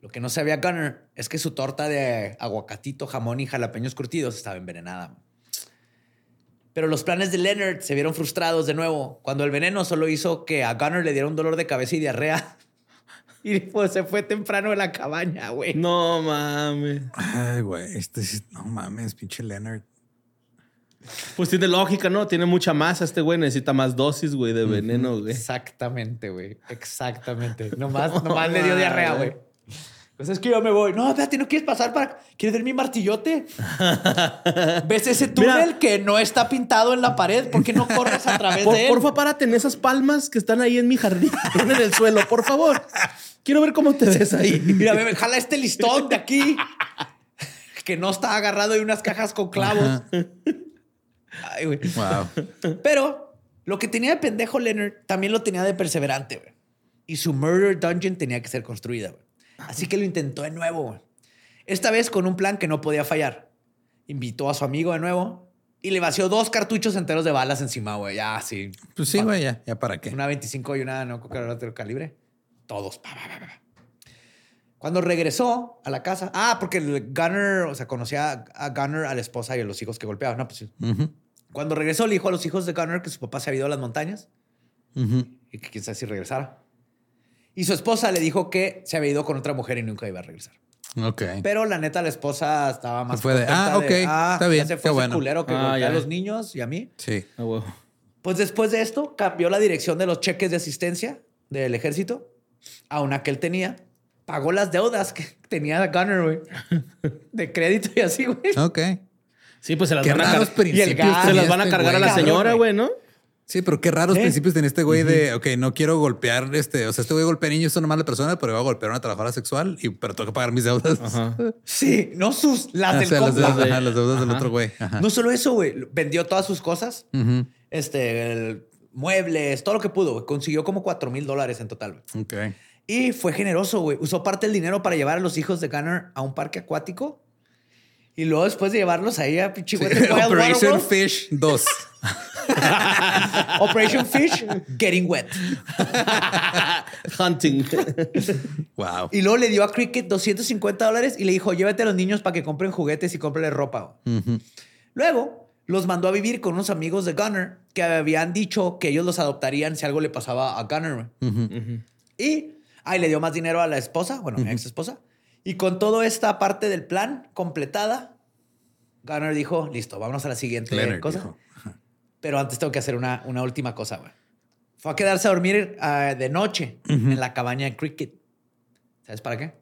Speaker 2: Lo que no sabía Gunner es que su torta de aguacatito, jamón y jalapeños curtidos estaba envenenada. Pero los planes de Leonard se vieron frustrados de nuevo cuando el veneno solo hizo que a Gunner le diera un dolor de cabeza y diarrea. Y pues se fue temprano de la cabaña, güey.
Speaker 3: No mames.
Speaker 1: Ay, güey. Este sí- no mames, pinche Leonard.
Speaker 3: Pues tiene lógica, ¿no? Tiene mucha masa este güey. Necesita más dosis, güey, de veneno, güey.
Speaker 2: Exactamente, güey. Exactamente. Nomás, nomás le dio diarrea, güey. Pues es que yo me voy. No, espérate, ¿no quieres pasar para...? ¿Quieres ver mi martillote? ¿Ves ese túnel que no está pintado en la pared? ¿Por qué no corres a través
Speaker 3: Por,
Speaker 2: de él?
Speaker 3: porfa, párate en esas palmas que están ahí en mi jardín, en el suelo, por favor. Quiero ver cómo te ves ahí.
Speaker 2: Mira, me jala este listón de aquí que no está agarrado de unas cajas con clavos.
Speaker 1: Ajá.
Speaker 2: Ay, güey.
Speaker 1: Wow.
Speaker 2: Pero lo que tenía de pendejo Leonard también lo tenía de perseverante, güey. Y su Murder Dungeon tenía que ser construida, güey. Así que lo intentó de nuevo, güey. Esta vez con un plan que no podía fallar. Invitó a su amigo de nuevo y le vació dos cartuchos enteros de balas encima, güey. Ya, así.
Speaker 1: Pues sí, güey, ya, ya para qué.
Speaker 2: Una 25 y una no creo que era otro calibre. Todos. pa, pa, pa, pa, pa. Cuando regresó a la casa, ah, porque el Gunner, o sea, conocía a Gunner, a la esposa y a los hijos que golpeaban. No, pues sí.
Speaker 1: Ujú,
Speaker 2: Cuando regresó, le dijo a los hijos de Gunner que su papá se había ido a las montañas
Speaker 1: ujú.
Speaker 2: y que quién sabe si regresara. Y su esposa le dijo que se había ido con otra mujer y nunca iba a regresar.
Speaker 1: Ok.
Speaker 2: Pero la neta, la esposa estaba más.
Speaker 1: Fue de,
Speaker 2: contenta
Speaker 1: ah, ok, está
Speaker 2: ya
Speaker 1: bien,
Speaker 2: Se
Speaker 1: qué
Speaker 2: fue ese
Speaker 1: bueno.
Speaker 2: culero que
Speaker 3: Ah,
Speaker 2: golpea
Speaker 3: ya.
Speaker 2: a los niños y a mí.
Speaker 1: Sí.
Speaker 2: Pues después de esto, cambió la dirección de los cheques de asistencia del ejército a una que él tenía. Pagó las deudas que tenía Gunner, güey. De crédito y así, güey.
Speaker 1: Ok.
Speaker 3: Sí, pues se las
Speaker 1: Qué
Speaker 3: van a
Speaker 1: raros
Speaker 3: car-
Speaker 1: principios
Speaker 2: y el gas,
Speaker 3: se
Speaker 1: tenía
Speaker 3: las van a
Speaker 1: este
Speaker 3: cargar a la
Speaker 1: güey.
Speaker 2: Cabrón,
Speaker 3: señora,
Speaker 2: güey.
Speaker 3: güey, ¿no?
Speaker 1: Sí, pero qué raros
Speaker 2: ¿Eh?
Speaker 1: principios tenía este güey de, ok, no quiero golpear, este, o sea, este güey golpea niños, es una mala persona, pero voy a golpear a una trabajadora sexual, y, pero tengo que pagar mis deudas.
Speaker 3: Ajá.
Speaker 2: Sí, no sus, las
Speaker 1: O
Speaker 2: del
Speaker 1: sea, Ah, las
Speaker 2: compa.
Speaker 1: deudas,
Speaker 3: de-
Speaker 1: ajá, las deudas del
Speaker 3: Ajá.
Speaker 1: otro güey. Ajá.
Speaker 2: No solo eso, güey. Vendió todas sus cosas,
Speaker 1: Ujú.
Speaker 2: este, el- muebles, todo lo que pudo. güey. Consiguió como 4 mil dólares en total, güey.
Speaker 1: Ok.
Speaker 2: Y fue generoso, güey. Usó parte del dinero para llevar a los hijos de Gunner a un parque acuático. Y luego después de llevarlos ahí a pinche
Speaker 1: Sí,
Speaker 2: Wild Water
Speaker 1: Operation
Speaker 2: World,
Speaker 1: Fish 2.
Speaker 2: Operation Fish, Getting Wet.
Speaker 3: Hunting.
Speaker 1: wow.
Speaker 2: Y luego le dio a Cricket 250 dólares y le dijo, llévate a los niños para que compren juguetes y cómprale ropa.
Speaker 1: Ujú.
Speaker 2: Luego los mandó a vivir con unos amigos de Gunner que habían dicho que ellos los adoptarían si algo le pasaba a Gunner. Y ahí le dio más dinero a la esposa, bueno, mi ex esposa. Y con toda esta parte del plan completada, Gunner dijo, listo, vámonos a la siguiente
Speaker 1: Leonard
Speaker 2: cosa.
Speaker 1: dijo.
Speaker 2: Pero antes tengo que hacer una, una última cosa, güey. Fue a quedarse a dormir ah, de noche en la cabaña de Cricket. ¿Sabes para qué?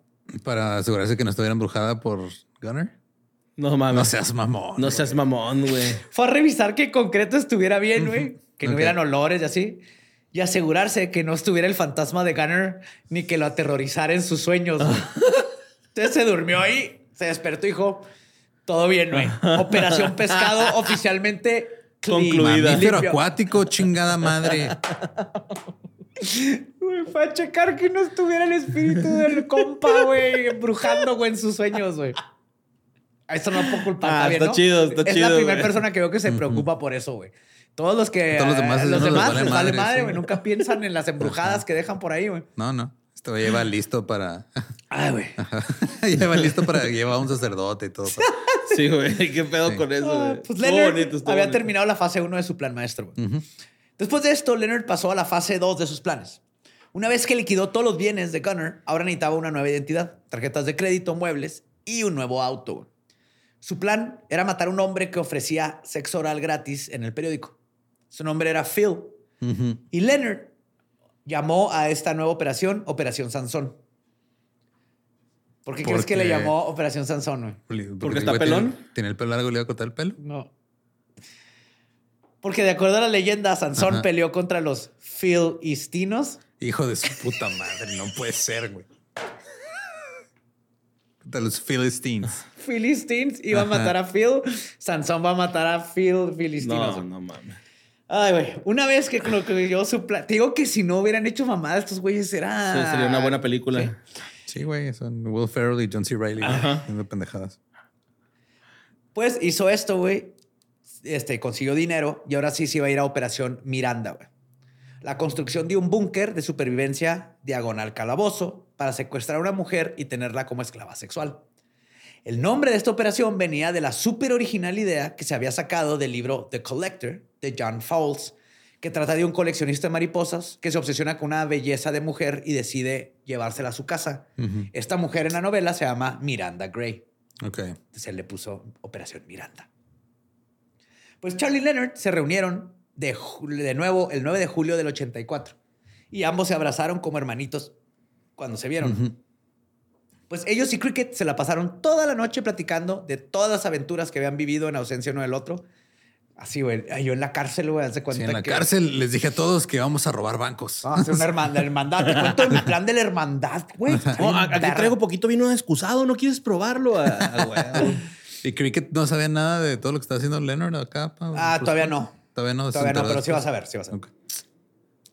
Speaker 1: Para asegurarse que no estuviera embrujada por Gunner.
Speaker 3: No mames.
Speaker 1: No seas mamón.
Speaker 3: No seas mamón, güey.
Speaker 2: Fue a revisar que el concreto estuviera bien, güey. Que no
Speaker 1: Ok.
Speaker 2: hubieran olores y así. Y asegurarse que no estuviera el fantasma de Gunner ni que lo aterrorizara en sus sueños. güey. Entonces se durmió ahí, se despertó y dijo, todo bien, güey. Operación Pescado oficialmente
Speaker 3: Concluida.
Speaker 1: Mamífero
Speaker 2: limpio.
Speaker 1: acuático, chingada madre.
Speaker 2: Güey, fue a checar que no estuviera el espíritu del compa, güey, embrujando, güey, en sus sueños, güey. A Eso no puedo culpar.
Speaker 3: Ah,
Speaker 2: está bien,
Speaker 3: está
Speaker 2: ¿no?
Speaker 3: chido, está
Speaker 2: es
Speaker 3: chido,
Speaker 2: la primera
Speaker 3: güey.
Speaker 2: persona que veo que se preocupa por eso, güey. Todos los que.
Speaker 1: Todos los demás,
Speaker 2: a
Speaker 1: no
Speaker 2: los
Speaker 1: les
Speaker 2: demás
Speaker 1: vale
Speaker 2: les vale
Speaker 1: madre,
Speaker 2: madre,
Speaker 1: sí.
Speaker 2: güey. Nunca piensan en las embrujadas que dejan por ahí, güey.
Speaker 1: No, no. Este güey lleva listo para.
Speaker 2: Ay,
Speaker 1: Ah,
Speaker 2: güey.
Speaker 1: lleva listo para llevar a un sacerdote y todo.
Speaker 3: Sí, güey. ¿Qué pedo con eso,
Speaker 2: Ah,
Speaker 3: güey?
Speaker 2: pues
Speaker 3: Estuvo
Speaker 2: Leonard
Speaker 3: bonito, estuvo
Speaker 2: había
Speaker 3: bonito.
Speaker 2: terminado la fase 1 de su plan maestro. güey.
Speaker 1: Ujú.
Speaker 2: Después de esto, Leonard pasó a la fase 2 de sus planes. Una vez que liquidó todos los bienes de Gunner, ahora necesitaba una nueva identidad, tarjetas de crédito, muebles y un nuevo auto. güey. Su plan era matar a un hombre que ofrecía sexo oral gratis en el periódico. Su nombre era Phil.
Speaker 1: Ujú.
Speaker 2: Y Leonard llamó a esta nueva operación Operación Sansón. ¿Por qué crees que le
Speaker 1: Porque-
Speaker 2: llamó Operación Sansón? güey?
Speaker 1: el
Speaker 3: Porque está
Speaker 1: güey tiene-
Speaker 3: pelón.
Speaker 1: Tiene el pelo largo, le iba a cortar el pelo.
Speaker 2: No. Porque de acuerdo a la leyenda, Sansón
Speaker 1: Ajá.
Speaker 2: peleó contra los filistinos.
Speaker 1: Hijo de su puta madre, no puede ser, güey. De los Philistines.
Speaker 2: Philistines iba a matar a Phil. Sansón va a matar a Phil Filistinos.
Speaker 3: No, no mames.
Speaker 2: Ay, güey. Una vez que lo que yo su pla- Te digo que si no hubieran hecho mamadas, estos güeyes era.
Speaker 3: Sí, sería una buena película.
Speaker 1: Sí, güey, son Will Ferrell y John C. Reilly. güey,
Speaker 3: Ajá.
Speaker 1: haciendo pendejadas.
Speaker 2: Pues hizo esto, güey. Este, consiguió dinero y ahora sí se iba a ir a Operación Miranda, güey. La construcción de un búnker de supervivencia diagonal calabozo para secuestrar a una mujer y tenerla como esclava sexual. El nombre de esta operación venía de la súper original idea que se había sacado del libro The Collector de John Fowles, que trata de un coleccionista de mariposas que se obsesiona con una belleza de mujer y decide llevársela a su casa.
Speaker 1: Ujú.
Speaker 2: Esta mujer en la novela se llama Miranda Gray.
Speaker 1: Ok.
Speaker 2: Entonces él le puso Operación Miranda. Pues Charlie y Leonard se reunieron de, ju- de nuevo el 9 de julio del 84 y ambos se abrazaron como hermanitos cuando se vieron.
Speaker 1: Ujú.
Speaker 2: Pues ellos y Cricket se la pasaron toda la noche platicando de todas las aventuras que habían vivido en ausencia uno del otro. Así, güey. Ay, Yo en la cárcel, güey, hace cuenta
Speaker 1: Sí, en la
Speaker 2: que- Ah.
Speaker 1: cárcel les dije a todos que vamos a robar bancos.
Speaker 2: Vamos a hacer una hermandad. hermandad. Te cuento el plan de la hermandad, güey.
Speaker 3: No, a- aquí traigo poquito vino excusado, ¿no quieres probarlo? Ah, ah, güey.
Speaker 1: Y Cricket no sabía nada de todo lo que estaba haciendo Leonard acá. pa-
Speaker 2: Ah,
Speaker 1: por
Speaker 2: todavía
Speaker 1: supuesto.
Speaker 2: no.
Speaker 1: Todavía no. se
Speaker 2: Todavía no,
Speaker 1: enteró
Speaker 2: pero sí
Speaker 1: después.
Speaker 2: vas a ver, sí vas a ver.
Speaker 1: Ok.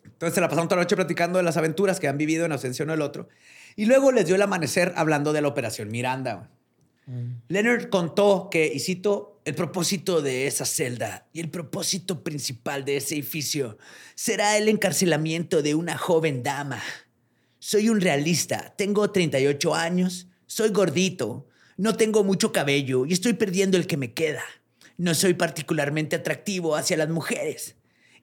Speaker 2: Entonces se la pasaron toda la noche platicando de las aventuras que han vivido en ausencia uno del otro. Y luego les dio el amanecer hablando de la Operación Miranda. güey. Leonard contó que, y cito, el propósito de esa celda y el propósito principal de ese edificio será el encarcelamiento de una joven dama. Soy un realista, tengo 38 años, soy gordito, no tengo mucho cabello y estoy perdiendo el que me queda. No soy particularmente atractivo hacia las mujeres.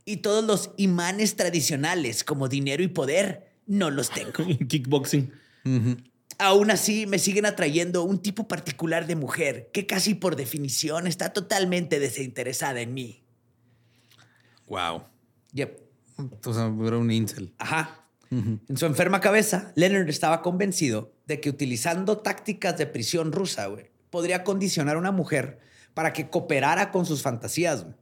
Speaker 2: Y todos los imanes tradicionales como dinero y poder no los tengo.
Speaker 3: Kickboxing.
Speaker 2: Aún así, me siguen atrayendo un tipo particular de mujer que casi por definición está totalmente desinteresada en mí.
Speaker 1: Wow.
Speaker 2: Yep.
Speaker 1: O sea, era un incel.
Speaker 2: Ajá. En su enferma cabeza, Leonard estaba convencido de que utilizando tácticas de prisión rusa, güey, podría condicionar a una mujer para que cooperara con sus fantasías. güey.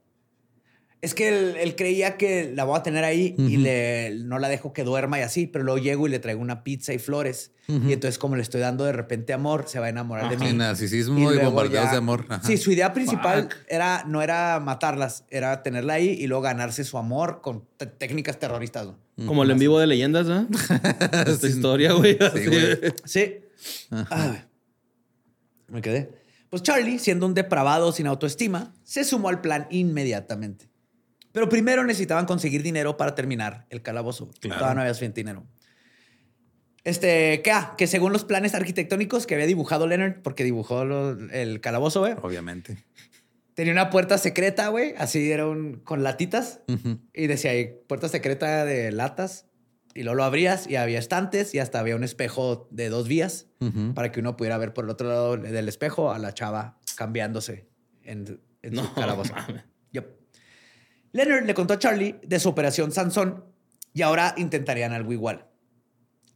Speaker 2: Es que él, él creía que la voy a tener ahí y le, no la dejo que duerma y así, pero luego llego y le traigo una pizza y flores. Y entonces, como le estoy dando de repente amor, se va a enamorar de
Speaker 1: Ajá.
Speaker 2: mí.
Speaker 1: Sí, narcisismo y
Speaker 2: luego
Speaker 1: bombardeos de amor. Ajá.
Speaker 2: Sí, su idea principal
Speaker 3: Fuck.
Speaker 2: era, no era matarlas, era tenerla ahí y luego ganarse su amor con te- técnicas terroristas. güey.
Speaker 1: Mm,
Speaker 3: Como el en vivo de leyendas, ¿no? Esta historia, güey. así.
Speaker 1: güey.
Speaker 2: Sí. Ah, me quedé. Pues Charlie, siendo un depravado sin autoestima, se sumó al plan inmediatamente. Pero primero necesitaban conseguir dinero para terminar el calabozo.
Speaker 1: Claro.
Speaker 2: Todavía no había suficiente dinero. Este, que, ah, que según los planes arquitectónicos que había dibujado Leonard, porque dibujó lo- el calabozo, güey,
Speaker 1: Obviamente.
Speaker 2: tenía una puerta secreta, güey, así era un, con latitas,
Speaker 1: Ujú.
Speaker 2: y decía ahí, puerta secreta de latas, y luego lo abrías y había estantes y hasta había un espejo de dos vías
Speaker 1: Ujú.
Speaker 2: para que uno pudiera ver por el otro lado del espejo a la chava cambiándose en, en su
Speaker 3: No,
Speaker 2: calabozo.
Speaker 3: mames.
Speaker 2: Yep. Leonard le contó a Charlie de su operación Sansón y ahora intentarían algo igual.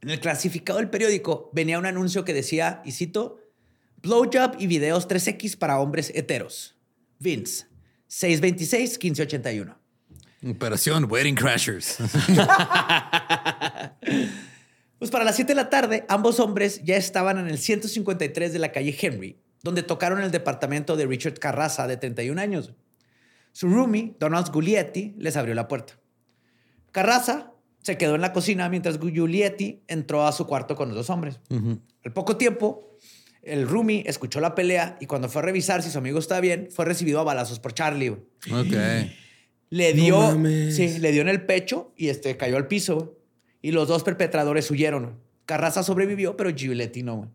Speaker 2: En el clasificado del periódico venía un anuncio que decía, y cito, Blowjob y videos 3X para hombres heteros. Vince, 626-1581.
Speaker 1: Operación Wedding Crashers.
Speaker 2: Pues para las 7 de la tarde, ambos hombres ya estaban en el 153 de la calle Henry, donde tocaron el departamento de Richard Carraza, de 31 años. Su roomie, Donald Giulietti, les abrió la puerta. Carraza se quedó en la cocina mientras Giulietti entró a su cuarto con los dos hombres. Al poco tiempo, el roomie escuchó la pelea y cuando fue a revisar si su amigo estaba bien, fue recibido a balazos por Charlie. güey.
Speaker 1: ok.
Speaker 2: Le
Speaker 3: No
Speaker 2: dio,
Speaker 3: mames.
Speaker 2: sí, le dio en el pecho y este cayó al piso. güey. Y los dos perpetradores huyeron. güey. Carraza sobrevivió, pero Giuletti no. güey.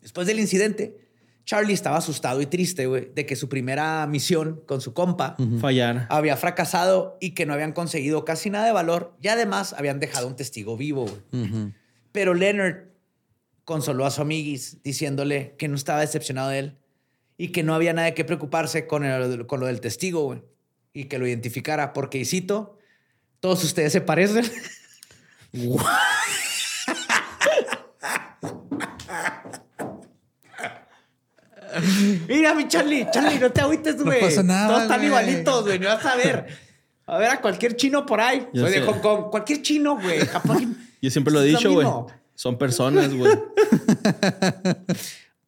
Speaker 2: Después del incidente, Charlie estaba asustado y triste güey, de que su primera misión con su compa
Speaker 3: Fallar.
Speaker 2: había fracasado y que no habían conseguido casi nada de valor y además habían dejado un testigo vivo. güey.
Speaker 1: Ujú.
Speaker 2: Pero Leonard consoló a su amiguis diciéndole que no estaba decepcionado de él y que no había nada que preocuparse con, el- con lo del testigo, güey. Y que lo identificara porque, y cito, todos ustedes se parecen. Mira, mi Charlie, Charlie, no te agüites, güey.
Speaker 1: pasa nada,
Speaker 2: Todos están
Speaker 1: güey.
Speaker 2: igualitos, güey. No vas a ver. A ver a cualquier chino por ahí.
Speaker 3: Ya
Speaker 2: Soy de
Speaker 3: sé.
Speaker 2: Hong Kong. Cualquier chino, güey. Japón.
Speaker 3: Yo siempre lo he
Speaker 2: Es lo
Speaker 3: dicho, güey.
Speaker 2: mismo.
Speaker 3: Son personas, güey.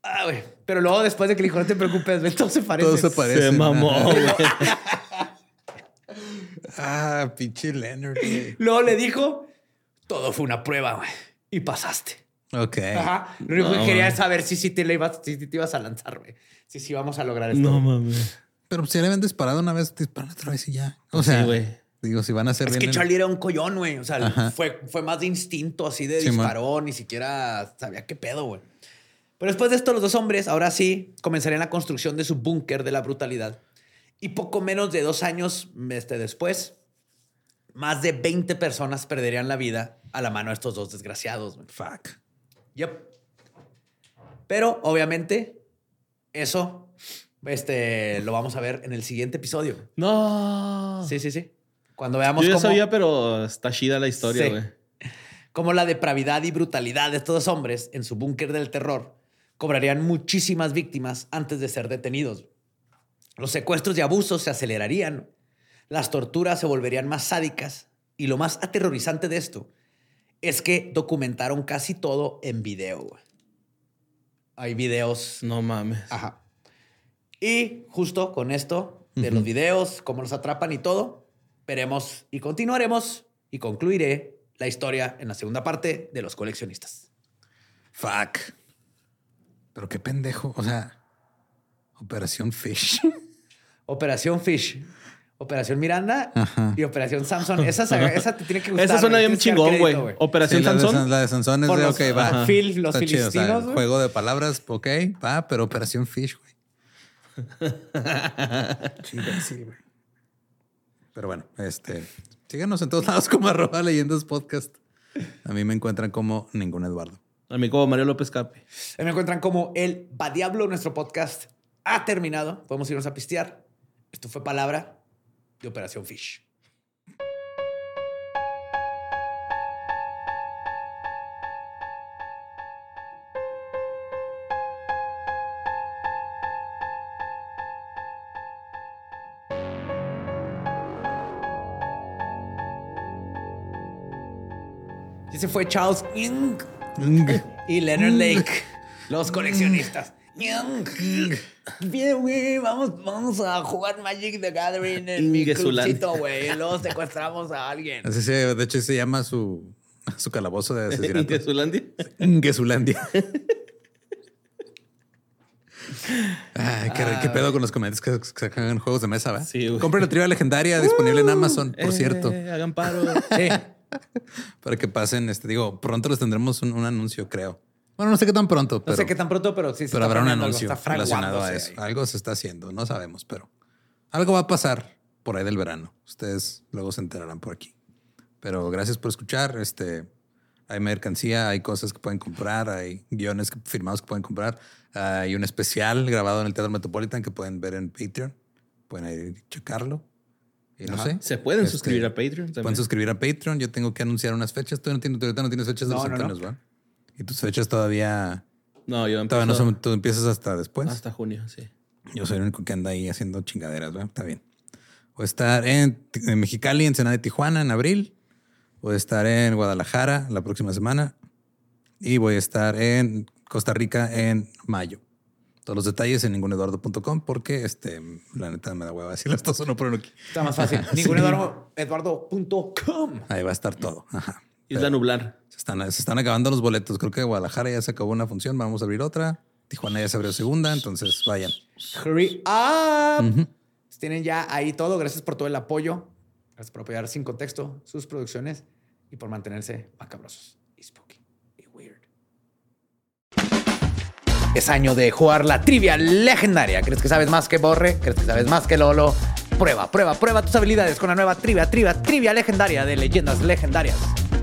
Speaker 2: Ah, güey. Pero luego, después de que le dijo, no te preocupes, güey, todos se parecen.
Speaker 1: Todo se parece.
Speaker 3: Se mamó, güey.
Speaker 1: Ah, pinche Leonard. güey.
Speaker 2: Luego le dijo, todo fue una prueba, güey. Y pasaste.
Speaker 1: Ok.
Speaker 2: Ajá. Lo único que
Speaker 3: Eh, No,
Speaker 2: quería
Speaker 3: güey.
Speaker 2: es saber si sí te, la ibas, si te ibas a lanzar, güey. Si sí vamos a lograr esto.
Speaker 3: No mames.
Speaker 1: Pero pues, si le habían disparado una vez, te disparan otra vez y ya. O sea,
Speaker 3: Sí, güey.
Speaker 1: digo, si van a hacer
Speaker 2: es
Speaker 1: bien.
Speaker 2: que
Speaker 1: el-
Speaker 2: Charlie era un collón, güey. O sea,
Speaker 1: Ajá.
Speaker 2: fue, fue más de instinto, así de
Speaker 1: Simón.
Speaker 2: disparó, ni siquiera sabía qué pedo, güey. Pero después de esto, los dos hombres, ahora sí, comenzarían la construcción de su búnker de la brutalidad. Y poco menos de dos años este, después, más de 20 personas perderían la vida a la mano de estos dos desgraciados, güey.
Speaker 1: Fuck.
Speaker 2: Yep. Pero obviamente eso este, lo vamos a ver en el siguiente episodio.
Speaker 3: No.
Speaker 2: Sí, sí, sí. Cuando veamos
Speaker 3: Ah. Yo ya
Speaker 2: cómo,
Speaker 3: sabía, pero está chida la historia,
Speaker 2: Sí.
Speaker 3: güey.
Speaker 2: cómo la depravidad y brutalidad de estos hombres en su búnker del terror cobrarían muchísimas víctimas antes de ser detenidos. Los secuestros y abusos se acelerarían, las torturas se volverían más sádicas y lo más aterrorizante de esto es que documentaron casi todo en video. güey. Hay videos.
Speaker 3: No mames.
Speaker 2: Ajá. Y justo con esto de los videos, cómo los atrapan y todo, veremos y continuaremos y concluiré la historia en la segunda parte de los coleccionistas.
Speaker 1: Fuck. Pero qué pendejo. O sea, Operación Fish.
Speaker 2: Operación Fish, Operación Miranda
Speaker 1: Ajá.
Speaker 2: y Operación Samson. Esa, saga- esa te tiene que gustar.
Speaker 3: Esa suena
Speaker 2: güey.
Speaker 3: bien
Speaker 2: Tienes que dar
Speaker 3: chingón, güey.
Speaker 2: crédito,
Speaker 3: Operación
Speaker 1: Sí, la de
Speaker 3: Sansón.
Speaker 1: San- La de Sansón es
Speaker 2: Por
Speaker 1: de,
Speaker 2: los-
Speaker 1: ok, va.
Speaker 2: ajá. Phil, los
Speaker 1: Está chido, o sea,
Speaker 2: filistinos, güey.
Speaker 1: juego de palabras, ok, va, pero Operación Fish, güey. Pero bueno, este, síganos en todos lados como arroba leyendas podcast. A mí me encuentran como ningún Eduardo.
Speaker 3: A mí como Mario López Capi.
Speaker 2: Ahí me encuentran como el Va Diablo. Nuestro podcast ha terminado. Podemos irnos a pistear. Esto fue palabra de Operación Fish. Y Ese Este fue Charles Ng y Leonard Lake, los coleccionistas. Mm. Bien, güey, vamos, vamos a jugar Magic the Gathering en mi
Speaker 3: Ingue su lan-
Speaker 2: clubcito, güey. y Luego secuestramos a alguien.
Speaker 1: Así se, de hecho, se llama su, su calabozo de asesinato.
Speaker 3: ¿De Zulandi?
Speaker 1: Inguesulandia. Ay, qué, qué pedo con los comediantes que que sacan juegos de mesa, ¿verdad?
Speaker 3: Sí, güey.
Speaker 1: Compren la trivia legendaria disponible en Amazon, por
Speaker 3: Eh,
Speaker 1: cierto.
Speaker 3: Hagan paro.
Speaker 2: Sí,
Speaker 1: Para que pasen, este, digo, pronto les tendremos un, un anuncio, creo. Bueno, no sé qué tan pronto,
Speaker 2: no
Speaker 1: pero,
Speaker 2: sé qué tan pronto, pero sí. se está
Speaker 1: pero habrá un
Speaker 2: planeando algo,
Speaker 1: anuncio
Speaker 2: está
Speaker 1: relacionado a
Speaker 2: fraguándose
Speaker 1: eso.
Speaker 2: ahí.
Speaker 1: Algo se está haciendo, no sabemos, pero algo va a pasar por ahí del verano. Ustedes luego se enterarán por aquí. Pero gracias por escuchar. Este, hay mercancía, hay cosas que pueden comprar, hay guiones que- firmados que pueden comprar. Hay un especial grabado en el Teatro Metropolitan que pueden ver en Patreon. Pueden ir y checarlo. Y no
Speaker 2: Ajá.
Speaker 1: sé.
Speaker 3: Se pueden
Speaker 1: Este,
Speaker 3: suscribir a Patreon
Speaker 1: Pueden
Speaker 3: también.
Speaker 1: suscribir a Patreon. Yo tengo que anunciar unas fechas. Tú, no tienes, tú ahorita no tienes fechas de
Speaker 2: No,
Speaker 1: los
Speaker 2: no, no.
Speaker 1: Antonios, ¿va? Y tus fechas todavía...
Speaker 3: No, yo empiezo
Speaker 1: Todavía no son... Tú empiezas hasta después.
Speaker 3: hasta junio, sí.
Speaker 1: Yo soy el único que anda ahí haciendo chingaderas, ¿va? Está bien. O estar en, Ti- en Mexicali, en Senada de Tijuana, en abril. O estar en Guadalajara la próxima semana. Y voy a estar en Costa Rica en mayo. Todos los detalles en ninguneduardo.com porque, este, la neta, me da hueva decir las cosas, no ponen aquí.
Speaker 2: Está más fácil. Ningún Eduardo, Eduardo.com.
Speaker 1: Ahí va a estar todo. Ajá.
Speaker 3: Isla Nublar.
Speaker 1: Se están, se están acabando los boletos. Creo que Guadalajara ya se acabó una función. Vamos a abrir otra. Tijuana ya se abrió segunda. Entonces vayan.
Speaker 2: Hurry up. Tienen ya ahí todo. Gracias por todo el apoyo. Gracias por apoyar sin contexto sus producciones y por mantenerse macabrosos y spooky y weird. Es año de jugar la trivia legendaria. ¿Crees que sabes más que Borre? ¿Crees que sabes más que Lolo? Prueba, prueba, prueba tus habilidades con la nueva trivia, trivia, trivia legendaria de leyendas legendarias.